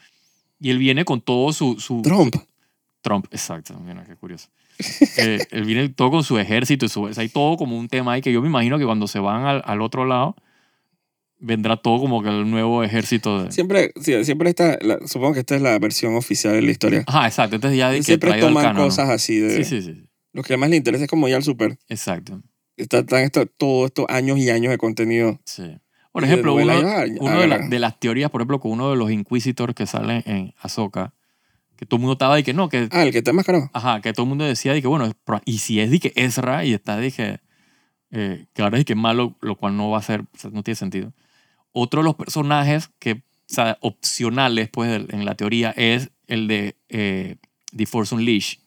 Speaker 2: y él viene con todo su... su
Speaker 1: Trump.
Speaker 2: Trump, exacto, mira, qué curioso. Eh, él viene todo con su ejército, y su, o sea, hay todo como un tema ahí que yo me imagino que cuando se van al, al otro lado, vendrá todo como que el nuevo ejército de...
Speaker 1: Siempre, sí, siempre está, la- supongo que esta es la versión oficial de la historia.
Speaker 2: Ajá, exacto. Entonces ya Ah, de que
Speaker 1: siempre
Speaker 2: traído al
Speaker 1: toman
Speaker 2: canon, ¿no?
Speaker 1: cosas así de...
Speaker 2: Sí, sí, sí.
Speaker 1: Lo que más le interesa es como ya el super.
Speaker 2: Exacto.
Speaker 1: Está, están esto- todos estos años y años de contenido.
Speaker 2: Sí. Por
Speaker 1: Y
Speaker 2: ejemplo,
Speaker 1: de novela,
Speaker 2: uno,
Speaker 1: ah,
Speaker 2: uno de, la-
Speaker 1: agarra.
Speaker 2: de las teorías, por ejemplo, con uno de los Inquisitors que salen en Ahsoka, que todo el mundo estaba de que no, que,
Speaker 1: Ah, el que está más caro.
Speaker 2: ajá, que todo el mundo decía de que bueno, es pro- y si es de que Ezra y está de que, eh, que ahora es de que es malo, lo cual no va a ser, o sea, no tiene sentido. Otro de los personajes que, o sea, opcionales, pues, del- en la teoría es el de eh, The Force Unleashed.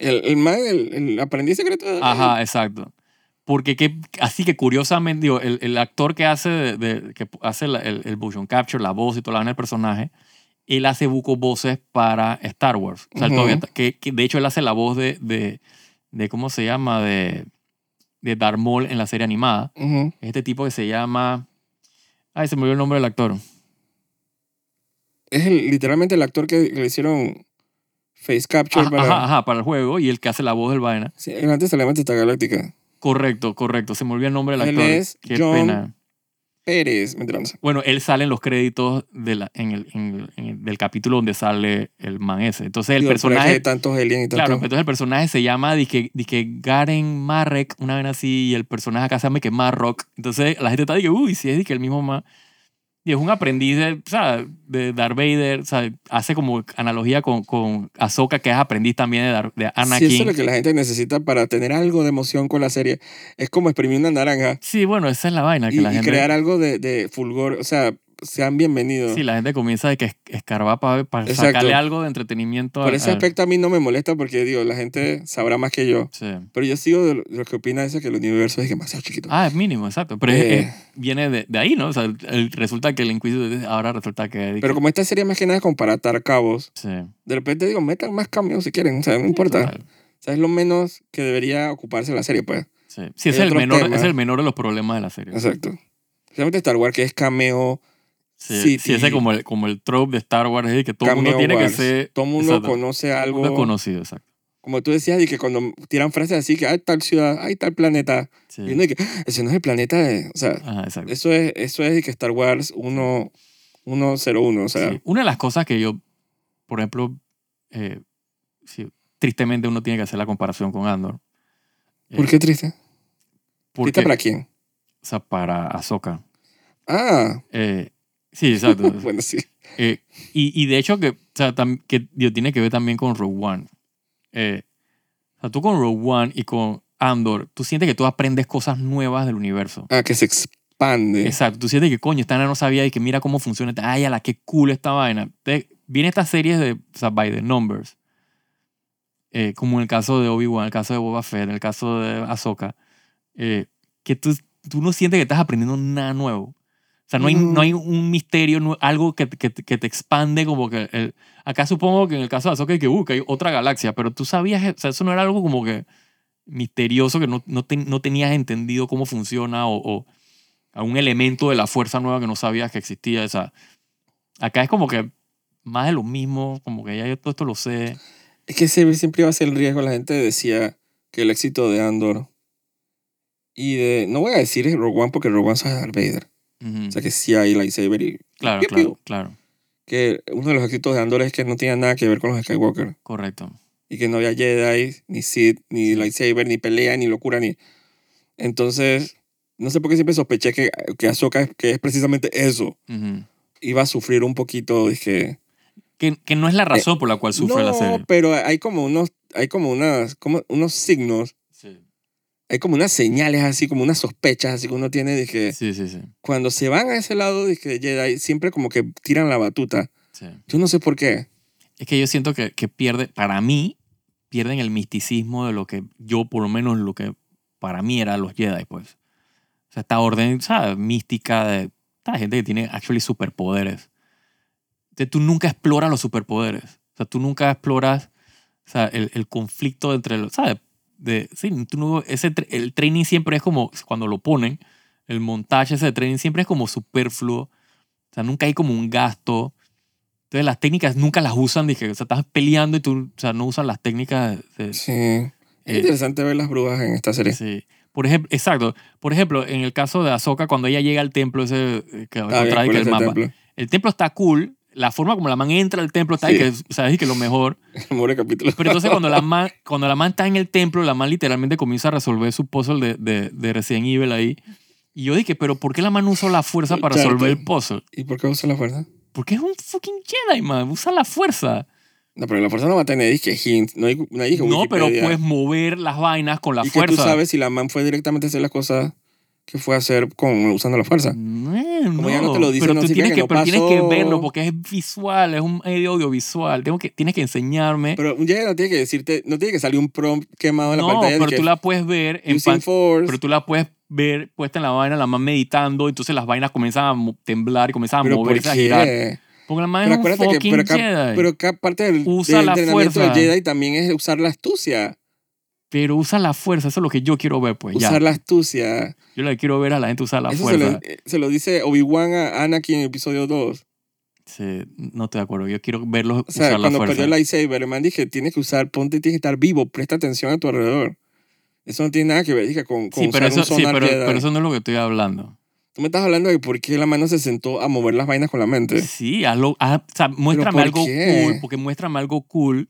Speaker 1: El, el, man, el, el aprendiz secreto. de-
Speaker 2: Ajá, exacto. Porque que, así que curiosamente, digo, el, el actor que hace, de, de- que hace la- el, el motion capture, la voz y toda la vaina del personaje, él hace buco voces para Star Wars. O sea, él
Speaker 1: Ujú.
Speaker 2: todavía está- que, que de hecho, él hace la voz de, de, de ¿cómo se llama? De, de Darth Maul en la serie animada.
Speaker 1: Ujú.
Speaker 2: Es este tipo que se llama... Ay, se me olvidó el nombre del actor.
Speaker 1: Es el- literalmente el actor que le hicieron face capture
Speaker 2: Ajá,
Speaker 1: para...
Speaker 2: ajá, ajá, para el juego y el que hace la voz del vaina.
Speaker 1: Sí, el antes de la Manta Galáctica.
Speaker 2: Correcto, correcto. Se me olvidó el nombre del
Speaker 1: Él
Speaker 2: actor.
Speaker 1: es
Speaker 2: Qué
Speaker 1: John-
Speaker 2: pena.
Speaker 1: Pérez, mentira, no sé.
Speaker 2: Bueno, él sale en los créditos de la- en el- en el- en el- del capítulo donde sale el man ese. Entonces el
Speaker 1: Digo, pero es que
Speaker 2: personaje
Speaker 1: hay tantos aliens y tantos...
Speaker 2: Claro, pero entonces el personaje se llama dizque, dizque Garen Marek, una vez así, y el personaje acá se llama que Marrock. Entonces la gente está diciendo, uy, si es dizque el mismo más. Y es un aprendiz de, o sea, de Darth Vader, o sea, hace como analogía con, con Ahsoka, que es aprendiz también de, Dar- de
Speaker 1: Si
Speaker 2: Anakin. Sí,
Speaker 1: eso es lo que la gente necesita para tener algo de emoción con la serie. Es como exprimir una naranja
Speaker 2: bueno, esa es la vaina que
Speaker 1: y,
Speaker 2: la
Speaker 1: y
Speaker 2: gente.
Speaker 1: crear algo de, de fulgor. O sea, sean bienvenidos.
Speaker 2: Sí, la gente comienza de que es- escarbar para
Speaker 1: Exacto.
Speaker 2: sacarle algo de entretenimiento
Speaker 1: Por
Speaker 2: al-
Speaker 1: ese
Speaker 2: al-
Speaker 1: aspecto a mí no me molesta porque, digo, la gente sabrá más que yo.
Speaker 2: Sí.
Speaker 1: Pero yo sigo de lo- de los que opina eso, que el universo es demasiado chiquito.
Speaker 2: Ah, es mínimo, exacto. Pero es-
Speaker 1: Eh.
Speaker 2: es- viene de, de ahí, ¿no? O sea, el- el- resulta que el Inquisitor ahora resulta que. dizque-
Speaker 1: Pero como esta serie más que nada es como para atar cabos,
Speaker 2: sí.
Speaker 1: de repente digo, metan más cambios si quieren. O sea, no importa.
Speaker 2: Total.
Speaker 1: O sea, es lo menos que debería ocuparse la serie, pues.
Speaker 2: Sí, Sí, es
Speaker 1: Hay
Speaker 2: el,
Speaker 1: otros
Speaker 2: menor,
Speaker 1: temas.
Speaker 2: es el menor de los problemas de la serie.
Speaker 1: Exacto. Especialmente Star Wars, que es cameo,
Speaker 2: Sí,
Speaker 1: City.
Speaker 2: sí, ese es como el, como el trope de Star Wars, es decir, que todo el
Speaker 1: cameo
Speaker 2: mundo tiene
Speaker 1: Wars.
Speaker 2: que ser
Speaker 1: Todo el mundo
Speaker 2: exacto.
Speaker 1: conoce
Speaker 2: todo
Speaker 1: algo.
Speaker 2: mundo conocido, exacto.
Speaker 1: como tú decías, y que cuando tiran frases así, que hay tal ciudad, hay tal planeta,
Speaker 2: Sí.
Speaker 1: y uno dice, ese no es el planeta, de-". o sea,
Speaker 2: Ajá, exacto.
Speaker 1: eso es, eso es de que Star Wars 1, 101, o sea,
Speaker 2: Sí. Una de las cosas que yo, por ejemplo, eh, sí, tristemente uno tiene que hacer la comparación con Andor. Eh,
Speaker 1: ¿por qué triste?
Speaker 2: Porque,
Speaker 1: ¿Triste para quién?
Speaker 2: O sea, para Ahsoka.
Speaker 1: Ah,
Speaker 2: Eh, sí, exacto.
Speaker 1: bueno, sí.
Speaker 2: Eh, y, y de hecho, que, o sea, tam- que digo, tiene que ver también con Rogue One. Eh, o sea, tú con Rogue One y con Andor, tú sientes que tú aprendes cosas nuevas del universo.
Speaker 1: Ah, que se expande.
Speaker 2: Exacto, tú sientes que coño, esta nena no sabía y que mira cómo funciona. esta- Ay, a la que cool esta vaina. Entonces, viene estas series de, o sea, by the numbers. Eh, como en el caso de Obi-Wan, en el caso de Boba Fett, en el caso de Ahsoka. eh, que tú, tú no sientes que estás aprendiendo nada nuevo. O sea, no hay,
Speaker 1: No.
Speaker 2: no hay un misterio, no- algo que, que, que te expande como que... el- acá supongo que en el caso de Ahsoka hay que busca otra galaxia, pero tú sabías, o sea, eso no era algo como que misterioso que no, no, ten- no tenías entendido cómo funciona o, o algún elemento de la fuerza nueva que no sabías que existía. O sea, acá es como que más de lo mismo, como que ya yo todo esto lo sé.
Speaker 1: Es que ese siempre iba a ser el riesgo. La gente decía que el éxito de Andor y de, no voy a decir es Rogue One porque Rogue One es Darth Vader.
Speaker 2: Ujú.
Speaker 1: O sea, que sí hay lightsaber y
Speaker 2: claro,
Speaker 1: piu,
Speaker 2: claro,
Speaker 1: piu.
Speaker 2: claro.
Speaker 1: que uno de los éxitos de Andor es que no tenía nada que ver con los Skywalker.
Speaker 2: Correcto.
Speaker 1: y que no había Jedi, ni Sith, ni lightsaber, ni pelea, ni locura, ni... Entonces, no sé por qué siempre sospeché que, que Ahsoka, es- que es precisamente eso,
Speaker 2: Ujú.
Speaker 1: iba a sufrir un poquito, dije...
Speaker 2: que, que no es la razón por la cual sufre
Speaker 1: Eh, no,
Speaker 2: la serie.
Speaker 1: pero hay como unos, hay como unas, como unos signos,
Speaker 2: Sí,
Speaker 1: hay como unas señales así, como unas sospechas así que uno tiene, dije...
Speaker 2: sí, sí. sí,
Speaker 1: Cuando se van a ese lado, dije, Jedi, siempre como que tiran la batuta.
Speaker 2: sí.
Speaker 1: Yo no sé por qué.
Speaker 2: Es que yo siento que, que pierde, para mí, pierden el misticismo de lo que yo, por lo menos, lo que para mí eran los Jedi, pues. O sea, esta orden, ¿sabes? Mística de esta gente que tiene actually superpoderes. Entonces, tú nunca exploras los superpoderes. O sea, tú nunca exploras o sea, el, el conflicto entre los, ¿sabes? De, sí, tú no- ese, tra- el training siempre es como, cuando lo ponen, el montaje ese de training siempre es como superfluo. O sea, nunca hay como un gasto. Entonces las técnicas nunca las usan. Dije, o sea, estás peleando y tú, o sea, no usan las técnicas. de-
Speaker 1: Sí. Es
Speaker 2: eh,
Speaker 1: interesante ver las brujas en esta serie.
Speaker 2: sí. Por ejemplo, exacto. Por ejemplo, en el caso de Ahsoka, cuando ella llega al templo ese eh, que
Speaker 1: Está Ah, bien
Speaker 2: encontraba, y
Speaker 1: cool
Speaker 2: que el
Speaker 1: ese
Speaker 2: mapa.
Speaker 1: templo.
Speaker 2: El templo está cool. La forma como la man entra al templo está,
Speaker 1: Sí.
Speaker 2: y que, o sea, y que lo mejor.
Speaker 1: Pobre capítulo.
Speaker 2: Pero entonces cuando la man, cuando la man está en el templo, la man literalmente comienza a resolver su puzzle de, de, de Resident Evil ahí. Y yo dije, pero ¿por qué la man no usó la fuerza para resolver el puzzle?
Speaker 1: ¿Y por qué usa la fuerza?
Speaker 2: Porque es un fucking Jedi, man. Usa la fuerza.
Speaker 1: No, pero la fuerza no va a tener disque hints. No hay, no hay disque
Speaker 2: no, pero
Speaker 1: Wikipedia.
Speaker 2: puedes mover las vainas con la
Speaker 1: ¿Y que
Speaker 2: fuerza.
Speaker 1: tú sabes si la man fue directamente a hacer las cosas que fue a hacer con, usando la fuerza?
Speaker 2: Eh,
Speaker 1: Como ya no te lo dicen,
Speaker 2: pero
Speaker 1: no
Speaker 2: tú
Speaker 1: significa que
Speaker 2: tienes que,
Speaker 1: no
Speaker 2: pero tienes
Speaker 1: pasó.
Speaker 2: que verlo porque es visual, es un medio audiovisual. Tengo que, tienes que enseñarme.
Speaker 1: Pero un Jedi no tiene que decirte, no tiene que salir un prompt quemado en la
Speaker 2: no,
Speaker 1: pantalla. de
Speaker 2: pero
Speaker 1: que
Speaker 2: tú la puedes ver en
Speaker 1: using
Speaker 2: pan-
Speaker 1: force.
Speaker 2: pero tú la puedes ver puesta en la vaina, la más meditando, entonces las vainas comienzan a mo- temblar y comienzan a
Speaker 1: Pero ¿por
Speaker 2: moverse, a girar.
Speaker 1: qué?
Speaker 2: Porque la
Speaker 1: Pero
Speaker 2: man es un
Speaker 1: acuérdate que,
Speaker 2: fucking
Speaker 1: pero, ca-
Speaker 2: Jedi. Pero,
Speaker 1: pero ca- parte del,
Speaker 2: Usa
Speaker 1: del
Speaker 2: la
Speaker 1: entrenamiento del
Speaker 2: fuerza.
Speaker 1: Jedi también es usar la astucia.
Speaker 2: usa la fuerza, eso es lo que yo quiero ver, pues.
Speaker 1: Usar
Speaker 2: ya.
Speaker 1: la astucia.
Speaker 2: Yo le quiero ver a la gente usar la
Speaker 1: Eso se
Speaker 2: fuerza.
Speaker 1: lo, eh, se lo dice Obi-Wan a Anakin en el episodio 2.
Speaker 2: Sí, no estoy de acuerdo. Yo quiero verlos
Speaker 1: O sea,
Speaker 2: usar la
Speaker 1: cuando perdió
Speaker 2: fuerza.
Speaker 1: el lightsaber, el man dije, tienes que usar, ponte, tienes que estar vivo, presta atención a tu alrededor. Eso no tiene nada que ver dije, con, con
Speaker 2: Sí, pero
Speaker 1: usar
Speaker 2: eso,
Speaker 1: un
Speaker 2: sí
Speaker 1: sonar
Speaker 2: pero,
Speaker 1: Jedi.
Speaker 2: pero eso no es lo que estoy hablando.
Speaker 1: Tú me estás hablando de por qué la mano se sentó a mover las vainas con la mente.
Speaker 2: Sí, hazlo, haz- o sea, muéstrame
Speaker 1: Este. por
Speaker 2: algo
Speaker 1: qué?
Speaker 2: cool, porque muéstrame algo cool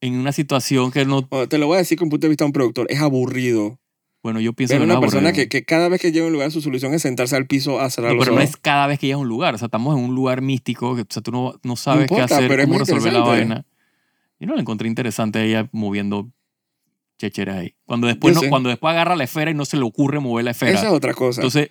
Speaker 2: en una situación que no...
Speaker 1: Bueno, te lo voy a decir con punto de vista de un productor. Es aburrido.
Speaker 2: Bueno, yo pienso
Speaker 1: Ver
Speaker 2: que
Speaker 1: una
Speaker 2: no es
Speaker 1: persona
Speaker 2: aburrido.
Speaker 1: que, que cada vez que llega a un lugar su solución es sentarse al piso a cerrar
Speaker 2: No,
Speaker 1: los
Speaker 2: pero no
Speaker 1: ojos.
Speaker 2: es cada vez que llegas a un lugar. O sea, estamos en un lugar místico. Que, o sea, tú no, no sabes qué
Speaker 1: importa, pero
Speaker 2: hacer,
Speaker 1: es
Speaker 2: cómo
Speaker 1: más
Speaker 2: resolver la
Speaker 1: interesante.
Speaker 2: vaina. Yo no la encontré interesante a ella moviendo checheras ahí. Cuando después,
Speaker 1: Yo
Speaker 2: no-
Speaker 1: sé.
Speaker 2: cuando después agarra la esfera y no se le ocurre mover la esfera.
Speaker 1: Esa es otra cosa.
Speaker 2: Entonces,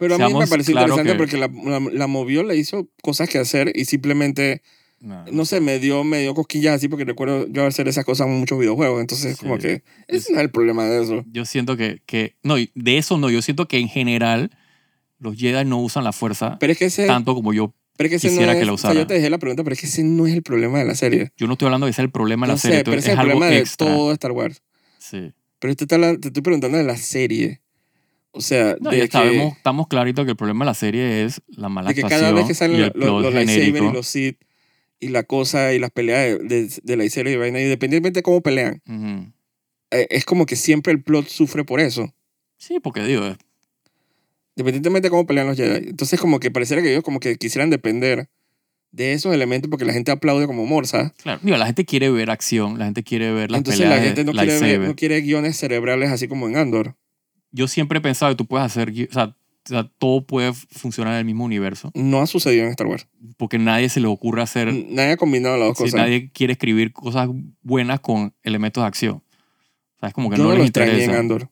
Speaker 1: pero a mí me
Speaker 2: seamos
Speaker 1: pareció
Speaker 2: claro
Speaker 1: interesante porque
Speaker 2: que-
Speaker 1: la, la- la movió, le hizo cosas que hacer y simplemente,
Speaker 2: Ah, no,
Speaker 1: no sé, me dio, me dio cosquillas así porque recuerdo yo hacer esas cosas en muchos videojuegos. Entonces,
Speaker 2: Sí.
Speaker 1: como que
Speaker 2: Es-
Speaker 1: ese no es el problema de eso.
Speaker 2: yo siento que, que... No, y de eso no. Yo siento que en general los Jedi no usan la fuerza
Speaker 1: Pero es que ese,
Speaker 2: tanto como yo.
Speaker 1: pero es que ese no
Speaker 2: quisiera
Speaker 1: es,
Speaker 2: que la
Speaker 1: o sea,
Speaker 2: usara.
Speaker 1: yo te dejé la pregunta, pero es que ese no es el problema de la serie.
Speaker 2: Yo no estoy hablando de que sea el problema de
Speaker 1: No
Speaker 2: la serie.
Speaker 1: sé,
Speaker 2: esto
Speaker 1: pero
Speaker 2: es
Speaker 1: ese es el
Speaker 2: algo
Speaker 1: problema de
Speaker 2: extra.
Speaker 1: todo Star Wars.
Speaker 2: Sí.
Speaker 1: Pero te, está hablan- te estoy preguntando de la serie. O sea,
Speaker 2: No,
Speaker 1: de
Speaker 2: ya
Speaker 1: que,
Speaker 2: sabemos, estamos claritos que el problema de la serie es la mala
Speaker 1: de que
Speaker 2: actuación
Speaker 1: cada vez que salen
Speaker 2: y
Speaker 1: la-
Speaker 2: el
Speaker 1: los,
Speaker 2: plot
Speaker 1: los lightsabers
Speaker 2: genérico.
Speaker 1: y los Sith y la cosa y las peleas de, de, de lightsabers y vaina, independientemente de cómo pelean,
Speaker 2: Ujú.
Speaker 1: eh, es como que siempre el plot sufre por eso.
Speaker 2: Sí, porque digo, es-
Speaker 1: Independientemente de cómo pelean los Jedi. Entonces, como que pareciera que ellos como que quisieran depender de esos elementos porque la gente aplaude como morsa.
Speaker 2: claro, digo, la gente quiere ver acción, la gente quiere ver las
Speaker 1: Entonces,
Speaker 2: peleas
Speaker 1: la gente no
Speaker 2: de
Speaker 1: quiere, ver-
Speaker 2: lightsaber.
Speaker 1: no quiere guiones cerebrales así como en Andor.
Speaker 2: Yo siempre he pensado que tú puedes hacer, gui- o sea, o sea, todo puede funcionar en el mismo universo,
Speaker 1: No ha sucedido en Star Wars.
Speaker 2: porque nadie se le ocurre hacer,
Speaker 1: Nadie ha combinado las dos
Speaker 2: si
Speaker 1: cosas.
Speaker 2: nadie quiere escribir cosas buenas con elementos de acción. O sea, es como que
Speaker 1: Yo
Speaker 2: no
Speaker 1: no
Speaker 2: les
Speaker 1: lo extrañé en
Speaker 2: interesa.
Speaker 1: Andor.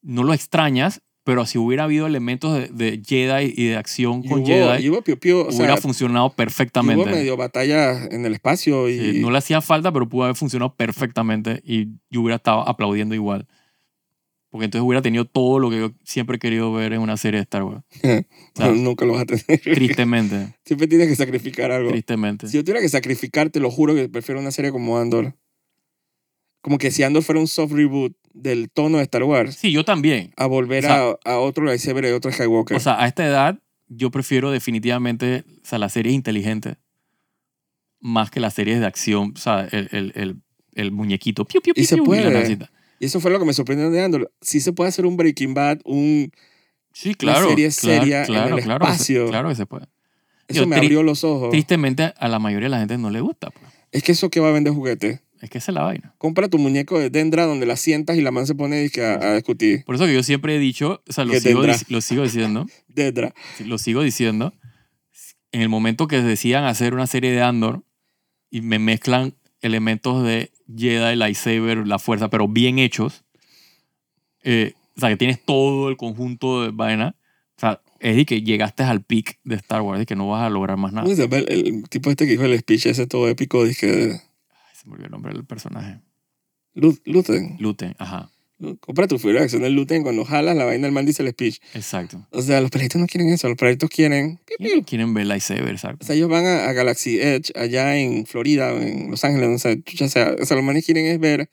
Speaker 2: No lo extrañas, pero si hubiera habido elementos de, de Jedi y de acción
Speaker 1: Y
Speaker 2: con
Speaker 1: hubo,
Speaker 2: Jedi,
Speaker 1: y hubo piu piu, o
Speaker 2: hubiera
Speaker 1: sea,
Speaker 2: funcionado
Speaker 1: y
Speaker 2: perfectamente.
Speaker 1: hubo medio batalla en el espacio y
Speaker 2: Sí, no le hacía falta, pero pudo haber funcionado perfectamente y yo hubiera estado aplaudiendo igual. Porque entonces hubiera tenido todo lo que yo siempre he querido ver en una serie de Star Wars. sea,
Speaker 1: nunca lo vas a tener.
Speaker 2: Tristemente,
Speaker 1: Siempre tienes que sacrificar algo.
Speaker 2: tristemente.
Speaker 1: Si yo tuviera que sacrificar, te lo juro que prefiero una serie como Andor. Como que si Andor fuera un soft reboot del tono de Star Wars,
Speaker 2: Sí, yo también.
Speaker 1: a volver
Speaker 2: O sea-
Speaker 1: a, a otro lightsaber y otro Skywalker.
Speaker 2: O sea, a esta edad yo prefiero definitivamente o sea, las series inteligentes más que las series de acción. O sea, el, el, el, el muñequito. Piu, piu,
Speaker 1: Y
Speaker 2: piu,
Speaker 1: se
Speaker 2: piu, la
Speaker 1: puede.
Speaker 2: navecita.
Speaker 1: y eso fue lo que me sorprendió de Andor. Si se puede hacer un Breaking Bad, un,
Speaker 2: Sí, claro.
Speaker 1: serie
Speaker 2: claro,
Speaker 1: seria en
Speaker 2: claro,
Speaker 1: el
Speaker 2: claro que se-
Speaker 1: espacio.
Speaker 2: claro que se puede.
Speaker 1: eso
Speaker 2: Yo,
Speaker 1: me
Speaker 2: tri-
Speaker 1: abrió los ojos.
Speaker 2: Tristemente a la mayoría de la gente no le gusta. pues.
Speaker 1: Es que eso que va a vender juguete.
Speaker 2: Es que esa es la vaina.
Speaker 1: Compra tu muñeco de Dendra donde la sientas y la man se pone dizque, a, a discutir.
Speaker 2: Por eso que yo siempre he dicho, o sea, lo
Speaker 1: Que
Speaker 2: sigo,
Speaker 1: tendrá.
Speaker 2: dic- lo sigo diciendo,
Speaker 1: Dendra.
Speaker 2: sí, lo sigo diciendo, en el momento que decidan hacer una serie de Andor y me mezclan elementos de Jedi, lightsaber, la fuerza, pero bien hechos, eh, o sea, que tienes todo el conjunto de vaina, o sea, es de que llegaste al peak de Star Wars y que no vas a lograr más nada.
Speaker 1: ¿Cómo se llama el, el tipo este que dijo el speech ese todo épico? Dice
Speaker 2: Ay, se me olvidó el nombre del personaje.
Speaker 1: Lu- Luten.
Speaker 2: Luten, ajá,
Speaker 1: Lu- Compra tu figura de acción del Luten. Cuando jalas la vaina, el man dice el speech.
Speaker 2: exacto.
Speaker 1: O sea, los perritos no quieren eso. Los perritos quieren... piu, piu.
Speaker 2: Quieren, quieren ver lightsaber,
Speaker 1: O
Speaker 2: exacto.
Speaker 1: sea, ellos van a, a Galaxy Edge allá en Florida o en Los Ángeles. No sé, chucha, o sea, o sea, los manes quieren es ver...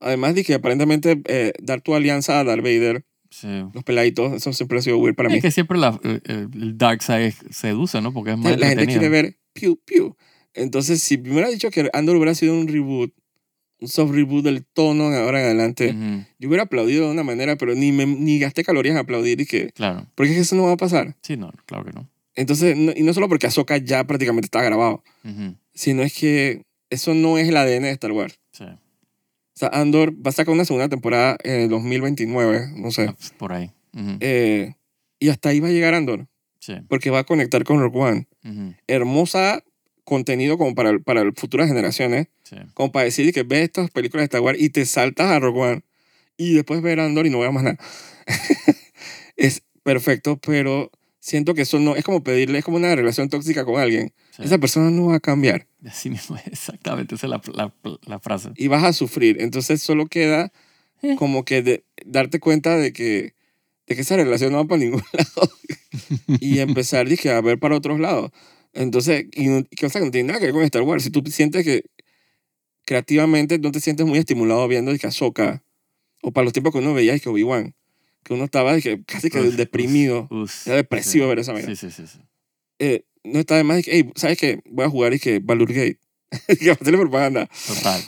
Speaker 1: Además de que aparentemente eh, dar tu alianza a Darth Vader,
Speaker 2: Sí.
Speaker 1: los peladitos, eso siempre ha sido weird para mí.
Speaker 2: Es que siempre la- el, el Dark Side seduce, ¿no? Porque es más
Speaker 1: la gente quiere
Speaker 2: entretenido.
Speaker 1: ver piu piu. Entonces, si me hubiera dicho que Andor hubiera sido un reboot, un soft reboot del tono de ahora en adelante,
Speaker 2: Ujú,
Speaker 1: yo hubiera aplaudido de una manera, pero ni, me, ni gasté calorías en aplaudir y que,
Speaker 2: Claro.
Speaker 1: porque es que eso no va a pasar.
Speaker 2: Sí, no, claro que no.
Speaker 1: Entonces, no- y no solo porque Ahsoka ya prácticamente está grabado,
Speaker 2: Ujú,
Speaker 1: sino es que eso no es el ADN de Star Wars.
Speaker 2: Sí, ah,
Speaker 1: O sea, Andor va a sacar una segunda temporada en el 2029, no sé.
Speaker 2: ah, pues, por ahí. Ujú,
Speaker 1: Eh, y hasta ahí va a llegar Andor,
Speaker 2: Sí.
Speaker 1: porque va a conectar con Rogue One.
Speaker 2: ujú,
Speaker 1: Hermosa contenido como para, el- para el- futuras generaciones.
Speaker 2: sí.
Speaker 1: como para decir que ves estas películas de Star Wars y te saltas a Rogue One y después ver Andor y no veas más nada. es perfecto, pero siento que eso no es como pedirle, es como una relación tóxica con alguien.
Speaker 2: sí.
Speaker 1: Esa persona no va a cambiar
Speaker 2: Así mismo, es, exactamente, esa es la, la, la frase.
Speaker 1: y vas a sufrir. Entonces solo queda
Speaker 2: Eh.
Speaker 1: como que de- darte cuenta de que, de que esa relación no va para ningún lado y empezar dije, a ver para otros lados. Entonces, y no, que, o sea, no tiene nada que ver con Star Wars. Si tú sientes que creativamente no te sientes muy estimulado viendo de que Ahsoka, o para los tiempos que uno veía de que Obi-Wan, que uno estaba de que casi que
Speaker 2: Uf,
Speaker 1: deprimido,
Speaker 2: uf, uf,
Speaker 1: era depresivo
Speaker 2: sí.
Speaker 1: ver esa vaina.
Speaker 2: Sí, sí, sí. sí.
Speaker 1: Eh, no está de más de que, "Ey, ¿sabes qué? Voy a jugar y que Baldur Gate. que va a hacerle propaganda
Speaker 2: Total.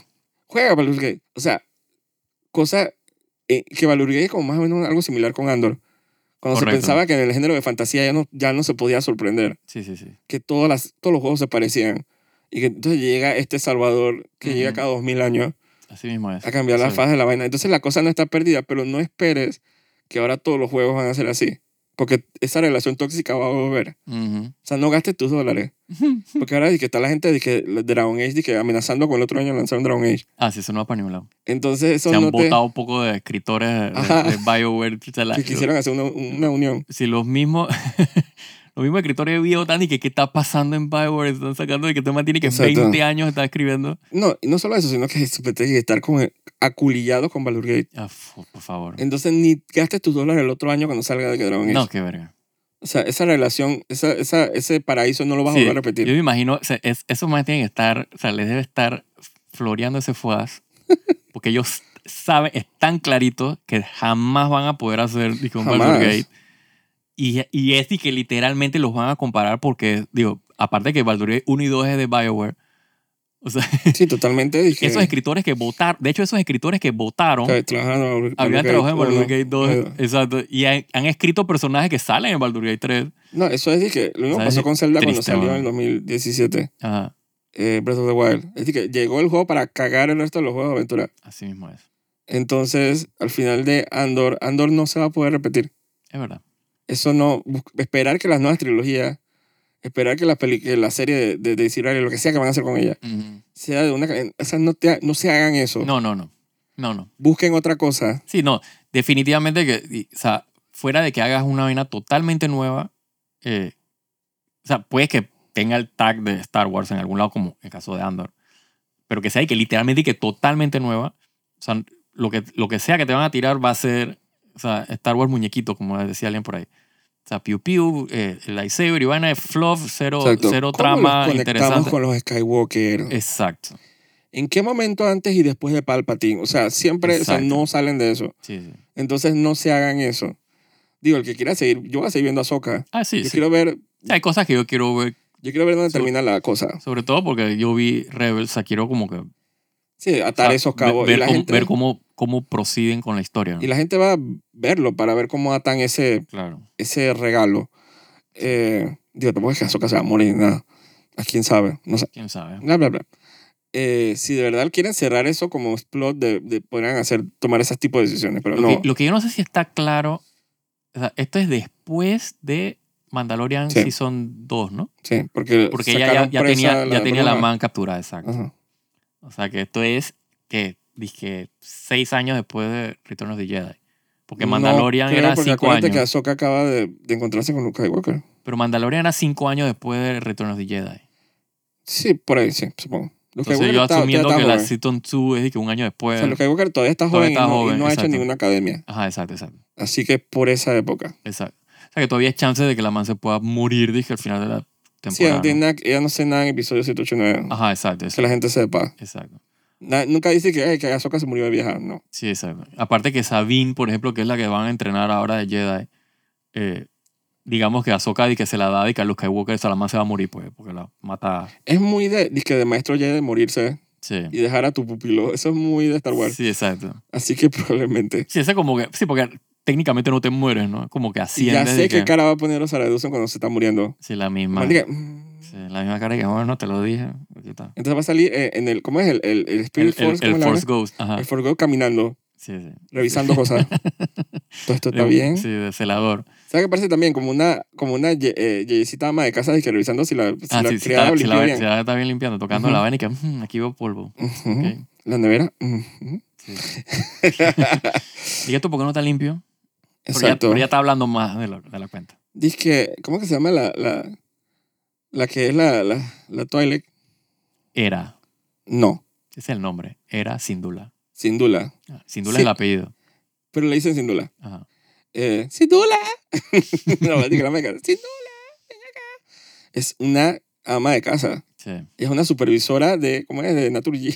Speaker 1: juega Baldur's Gate. O sea, cosa eh, que Balurgué es como más o menos algo similar con Andor. Cuando
Speaker 2: Correcto.
Speaker 1: se pensaba que en el género de fantasía ya no, ya no se podía sorprender,
Speaker 2: Sí, sí, sí.
Speaker 1: que todas las, todos los juegos se parecían. Y que entonces llega este Salvador que llega
Speaker 2: Ujú.
Speaker 1: cada 2000 años
Speaker 2: Así mismo es.
Speaker 1: a cambiar la
Speaker 2: Sí.
Speaker 1: faz de la vaina. Entonces la cosa no está perdida, pero no esperes que ahora todos los juegos van a ser así. Porque esa relación tóxica va a volver.
Speaker 2: Ujú.
Speaker 1: O sea, no gastes tus dólares. Porque ahora dice que está la gente de que Dragon Age dice que amenazando con el otro año lanzar un Dragon Age.
Speaker 2: Ah, sí, eso no va para ningún lado.
Speaker 1: Entonces eso
Speaker 2: Se han
Speaker 1: no te...
Speaker 2: botado un poco de escritores de,
Speaker 1: Ajá.
Speaker 2: de BioWare. o sea, la-
Speaker 1: Que quisieron hacer una, una unión.
Speaker 2: si los mismos los mismos escritores viejos están y que qué está pasando en Bioware están sacando de que toma tiene que
Speaker 1: Exacto.
Speaker 2: 20 años está escribiendo
Speaker 1: No, y no solo eso, sino que es- tienes que estar como aculillado con Baldur's Gate.
Speaker 2: Ah, fu- por favor
Speaker 1: Entonces ni gastes tus dólares el otro año cuando salga de que Dragon Age.
Speaker 2: no qué verga
Speaker 1: O sea, esa relación, esa, esa, ese paraíso no lo vas
Speaker 2: Sí,
Speaker 1: a volver a repetir.
Speaker 2: yo me imagino o sea, es- esos más tienen que estar o sea les debe estar floreando ese fuaz porque ellos saben es tan clarito que jamás van a poder hacer digo, un
Speaker 1: Jamás.
Speaker 2: Baldur's Gate y, y es y que literalmente los van a comparar porque digo aparte que Baldur's Gate 1 y 2 es de Bioware o sea
Speaker 1: Sí, totalmente. Dije,
Speaker 2: esos escritores que votaron, de hecho, esos escritores que votaron
Speaker 1: que trabajaron en Baldur's- Baldur's
Speaker 2: habían trabajado en Baldur's
Speaker 1: uno.
Speaker 2: Gate 2,
Speaker 1: uno.
Speaker 2: exacto, y han, han escrito personajes que salen en Baldur's Gate 3.
Speaker 1: No, eso es dije, lo mismo
Speaker 2: ¿Sabes?
Speaker 1: pasó con Zelda cuando
Speaker 2: Triste,
Speaker 1: salió
Speaker 2: man.
Speaker 1: en el 2017,
Speaker 2: Ajá,
Speaker 1: eh, Breath of the Wild. Es dije, llegó el juego para cagar el resto de los juegos de aventura.
Speaker 2: así mismo es.
Speaker 1: Entonces, al final de Andor, Andor no se va a poder repetir.
Speaker 2: Es verdad.
Speaker 1: Eso no. bus- Esperar que las nuevas trilogías, esperar que la, peli, que la serie de, de Daisy Ridley, lo que sea que van a hacer con ella,
Speaker 2: Ujú.
Speaker 1: sea de una. ca- O sea, no, te ha- no se hagan eso.
Speaker 2: No, no, no. No, no.
Speaker 1: Busquen otra cosa.
Speaker 2: Sí, no. Definitivamente que, y- o sea, fuera de que hagas una vaina totalmente nueva, eh, o sea, puedes que tenga el tag de Star Wars en algún lado, como en el caso de Andor, pero que sea y que literalmente y que totalmente nueva, o sea, lo que, lo que sea que te van a tirar va a ser, o sea, Star Wars muñequito, como decía alguien por ahí. O sea, Piu Piu, eh, el lightsaber y vaina de fluff, cero,
Speaker 1: Exacto. ¿Cómo los
Speaker 2: cero trama
Speaker 1: conectamos
Speaker 2: interesante. Eh.
Speaker 1: con los Skywalker?
Speaker 2: Exacto.
Speaker 1: ¿En qué momento antes y después de Palpatine? O sea, siempre o sea,
Speaker 2: Exacto.
Speaker 1: no salen de eso.
Speaker 2: Sí, sí.
Speaker 1: Entonces, no se hagan eso. Digo, el que quiera seguir, yo voy a seguir viendo a Soca.
Speaker 2: Ah, sí,
Speaker 1: Yo
Speaker 2: sí.
Speaker 1: quiero ver,
Speaker 2: O sea, hay cosas que yo quiero ver,
Speaker 1: yo quiero ver dónde
Speaker 2: So-
Speaker 1: termina la cosa.
Speaker 2: sobre todo porque yo vi Rebels, o sea, quiero como que
Speaker 1: Sí,
Speaker 2: sea,
Speaker 1: atar esos cabos.
Speaker 2: Ver,
Speaker 1: y la
Speaker 2: cómo,
Speaker 1: gente,
Speaker 2: ver cómo, cómo proceden con la historia. ¿no?
Speaker 1: y la gente va a verlo para ver cómo atan ese
Speaker 2: Claro.
Speaker 1: ese regalo. Eh, digo, tampoco es que Azoka se va a morir, nada. A quién sabe, no sé.
Speaker 2: ¿Quién sabe?
Speaker 1: Bla, bla, bla. Eh, si de verdad quieren cerrar eso como plot, de, de- podrían hacer, tomar ese tipo de decisiones, pero
Speaker 2: Lo,
Speaker 1: no.
Speaker 2: que, lo que yo no sé si está claro, o sea, esto es después de Mandalorian
Speaker 1: Sí.
Speaker 2: Season 2, ¿no?
Speaker 1: sí, porque,
Speaker 2: Porque ella ya,
Speaker 1: sacaron
Speaker 2: ya
Speaker 1: presa
Speaker 2: tenía,
Speaker 1: a
Speaker 2: ya tenía la
Speaker 1: bruja.
Speaker 2: man capturada, exacto.
Speaker 1: Ajá.
Speaker 2: O sea que esto es que, dije, seis años después de Return of the Jedi. Porque
Speaker 1: No
Speaker 2: Mandalorian
Speaker 1: creo,
Speaker 2: era
Speaker 1: porque
Speaker 2: cinco
Speaker 1: acuérdate
Speaker 2: años.
Speaker 1: que Azoka acaba de, de encontrarse con Luke Skywalker.
Speaker 2: Pero Mandalorian era cinco años después de Return of the Jedi.
Speaker 1: Sí, por ahí, sí, supongo. Luke
Speaker 2: Entonces yo
Speaker 1: está-
Speaker 2: asumiendo
Speaker 1: todavía
Speaker 2: que
Speaker 1: está
Speaker 2: la
Speaker 1: joven.
Speaker 2: Season 2 es de que un año
Speaker 1: ¿eh? O
Speaker 2: después.
Speaker 1: sea, Luke Skywalker todavía está joven,
Speaker 2: todavía está
Speaker 1: y no, y
Speaker 2: joven,
Speaker 1: no ha hecho
Speaker 2: exacto.
Speaker 1: ninguna academia.
Speaker 2: Ajá, exacto, exacto.
Speaker 1: Así que es por esa época.
Speaker 2: Exacto. O sea, que todavía hay chance de que la man se pueda morir, dije, al final de la
Speaker 1: Sí, ella
Speaker 2: temporada.
Speaker 1: no, tiene
Speaker 2: ¿no?
Speaker 1: nada- ella no sé nada en episodio 789.
Speaker 2: Ajá, exacto,
Speaker 1: que la
Speaker 2: exacto.
Speaker 1: gente sepa.
Speaker 2: Exacto.
Speaker 1: Na- nunca dice que, "Ay, que Ahsoka se murió de vieja, no.
Speaker 2: Sí, exacto. Aparte que Sabine, por ejemplo, que es la que van a entrenar ahora de Jedi, eh, digamos que Ahsoka y que se la da y que a Luke Skywalker esa la man se va a morir, pues, porque la mata.
Speaker 1: Es muy de, dizque de maestro ya de morirse
Speaker 2: Sí.
Speaker 1: y dejar a tu pupilo. Eso es muy de Star Wars.
Speaker 2: Sí, exacto.
Speaker 1: Así que probablemente.
Speaker 2: Sí, ese como que, sí, porque técnicamente no te mueres, ¿no? Como
Speaker 1: Y
Speaker 2: que
Speaker 1: ya
Speaker 2: asciendes. de
Speaker 1: sé qué
Speaker 2: que-
Speaker 1: cara va a poner Sarah Dawson cuando se está muriendo.
Speaker 2: Sí, la misma.
Speaker 1: Man, diga, "Mm".
Speaker 2: Sí, la misma cara que, bueno, no te lo dije. Aquí está.
Speaker 1: Entonces va a salir eh, en el, ¿cómo es? El, el, el
Speaker 2: El,
Speaker 1: Spirit
Speaker 2: el-
Speaker 1: Force.
Speaker 2: el
Speaker 1: ¿cómo es la
Speaker 2: Force
Speaker 1: vaina?
Speaker 2: Ghost. ah. Ajá.
Speaker 1: el Force Go caminando,
Speaker 2: Sí, sí.
Speaker 1: revisando cosas. Todo esto está
Speaker 2: De-
Speaker 1: bien.
Speaker 2: Sí, de celador.
Speaker 1: ¿Sabes qué parece también? Como una, como una ye- eh, yeyecita ama de casa, dizque revisando si la, si
Speaker 2: Ah,
Speaker 1: la
Speaker 2: sí, sí,
Speaker 1: criada
Speaker 2: está, sí,
Speaker 1: limpió
Speaker 2: la,
Speaker 1: bien.
Speaker 2: sí, la está bien limpiando, tocando
Speaker 1: Ujú.
Speaker 2: la vaina y que "Mm, aquí veo polvo.
Speaker 1: Ujú.
Speaker 2: Ok,
Speaker 1: La nevera. ujú.
Speaker 2: sí. ¿Y esto por qué no está limpio? Pero ya,
Speaker 1: Exacto.
Speaker 2: pero ya está hablando más de la, de la cuenta.
Speaker 1: Dice que, ¿cómo que se llama la, la, la que es la, la, la Twilight?
Speaker 2: Era,
Speaker 1: No,
Speaker 2: ese es el nombre, era Sindula.
Speaker 1: Sindula.
Speaker 2: Ah, Sindula
Speaker 1: Sí.
Speaker 2: es el apellido.
Speaker 1: Pero le dicen Sindula.
Speaker 2: Ajá.
Speaker 1: Eh, ¡Sindula! no, digo la meca. ¡Sindula! ¡Ven acá! Es una ama de casa.
Speaker 2: Sí.
Speaker 1: Es una supervisora de, ¿cómo es? De Naturgy.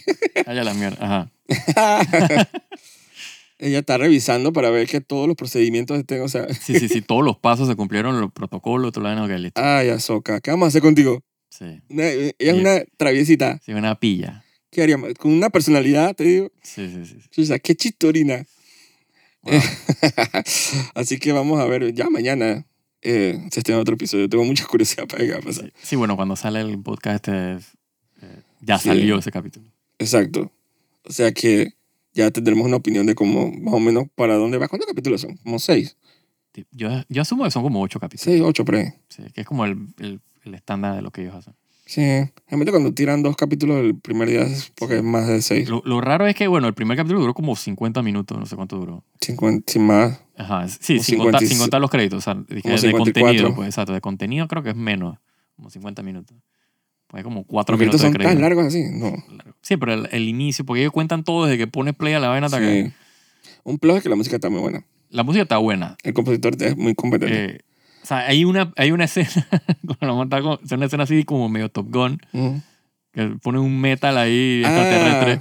Speaker 2: Allá la mierda. Ajá.
Speaker 1: Ella está revisando para ver que todos los procedimientos estén, o sea...
Speaker 2: Sí, sí, sí, todos los pasos se cumplieron, los protocolos, todo lo demás, ok, listo.
Speaker 1: Ay, Azoka, ¿qué vamos a hacer contigo?
Speaker 2: Sí.
Speaker 1: Una- ella es
Speaker 2: Sí.
Speaker 1: una traviesita.
Speaker 2: Sí, una pilla.
Speaker 1: ¿Qué haríamos? Con una personalidad, te digo.
Speaker 2: Sí, sí, sí. sí.
Speaker 1: O sea, qué chistorina.
Speaker 2: Wow.
Speaker 1: Así que vamos a ver, ya mañana eh, se estrena otro episodio. Tengo mucha curiosidad para ver qué va a pasar.
Speaker 2: Sí, bueno, cuando sale el podcast este, eh, ya
Speaker 1: Sí.
Speaker 2: salió ese capítulo.
Speaker 1: Exacto. O sea que ya tendremos una opinión de cómo, más o menos, para dónde va. ¿Cuántos capítulos son? Como seis.
Speaker 2: Sí, Yo, yo asumo que son como ocho capítulos.
Speaker 1: Seis, ocho, por ahí.
Speaker 2: Sí, que es como el, el- el estándar de lo que ellos hacen.
Speaker 1: Sí. Realmente cuando tiran dos capítulos el primer día es porque es más de seis.
Speaker 2: Lo, lo raro es que, bueno, el primer capítulo duró como 50 minutos, no sé cuánto duró.
Speaker 1: 50 sin más.
Speaker 2: Ajá, sí,
Speaker 1: Como
Speaker 2: sin contar,
Speaker 1: 56.
Speaker 2: sin contar los créditos. O sea, dije,
Speaker 1: Como
Speaker 2: de
Speaker 1: 54.
Speaker 2: contenido, pues exacto. De contenido creo que es menos, como 50 minutos. Pues hay como cuatro
Speaker 1: Los
Speaker 2: minutos
Speaker 1: créditos
Speaker 2: de
Speaker 1: son tan
Speaker 2: crédito.
Speaker 1: largos así. No.
Speaker 2: Sí, pero el, el inicio, porque ellos cuentan todo desde que pones play a la vaina hasta que...
Speaker 1: Sí. Un plus es que la música está muy buena.
Speaker 2: La música está buena.
Speaker 1: El compositor es muy competente.
Speaker 2: Eh, o sea, hay una, hay una escena, cuando monta con- es una escena así como medio Top Gun,
Speaker 1: Mm.
Speaker 2: que pone un metal ahí
Speaker 1: Ah,
Speaker 2: extraterrestre.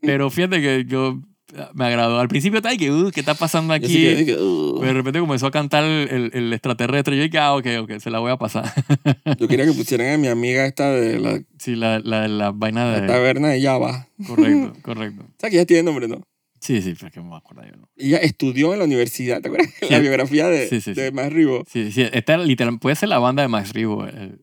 Speaker 2: Pero fíjate que yo eh, me agradó. Al principio estaba, ay, que, uh, ¿qué está pasando
Speaker 1: Yo
Speaker 2: aquí?
Speaker 1: sí que "Uh". dije, "Ugh".
Speaker 2: Pero de repente comenzó a cantar el, el- el extraterrestre. Y yo dije, ah, ok, ok, se la voy a pasar.
Speaker 1: Yo quería que pusieran a mi amiga esta de la,
Speaker 2: sí, la, la, la vaina
Speaker 1: la
Speaker 2: de...
Speaker 1: taberna de Java.
Speaker 2: Correcto, correcto.
Speaker 1: ¿Sabes que ella tiene nombre, no?
Speaker 2: Sí, sí, pero es que no me acuerdo yo. ¿no?
Speaker 1: Ella estudió en la universidad, ¿te acuerdas? La biografía de,
Speaker 2: Sí, sí,
Speaker 1: de
Speaker 2: sí.
Speaker 1: Max Ribot.
Speaker 2: Sí, sí, esta literal, puede ser la banda de Max Ribo. el-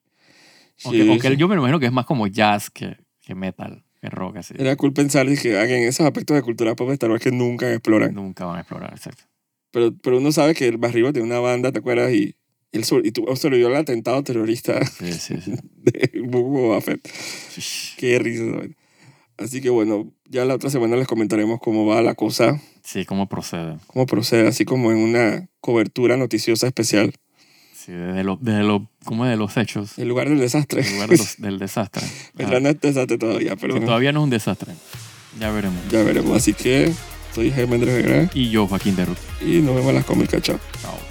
Speaker 2: aunque
Speaker 1: Sí,
Speaker 2: aunque
Speaker 1: sí.
Speaker 2: yo me imagino que es más como jazz que, que metal, que rock, así.
Speaker 1: Era cool pensar dije, ah, que en esos aspectos de cultura pop de Star Wars que nunca exploran.
Speaker 2: Nunca van a explorar, exacto.
Speaker 1: Pero, pero uno sabe que el Max Ribot tiene una banda, ¿te acuerdas? Y, y él sobre- y tuvo- sobrevivió al atentado terrorista
Speaker 2: Sí, sí,
Speaker 1: de Boba Fett.
Speaker 2: sí.
Speaker 1: Qué risa. ¿no? Así que bueno, ya la otra semana les comentaremos cómo va la cosa.
Speaker 2: Sí, cómo procede.
Speaker 1: cómo procede, así como en una cobertura noticiosa especial,
Speaker 2: Sí, desde, lo, desde, lo, como de los hechos,
Speaker 1: el lugar del desastre.
Speaker 2: en lugar de los- del desastre.
Speaker 1: Vendrá
Speaker 2: Ajá.
Speaker 1: no es desastre todavía, pero
Speaker 2: Que todavía no es un desastre. Ya veremos.
Speaker 1: ya veremos. Así que soy Jaime Andrés Vergara
Speaker 2: Y yo, Joaquín de Ruth.
Speaker 1: y nos vemos en las cómicas. Chao.
Speaker 2: Chao.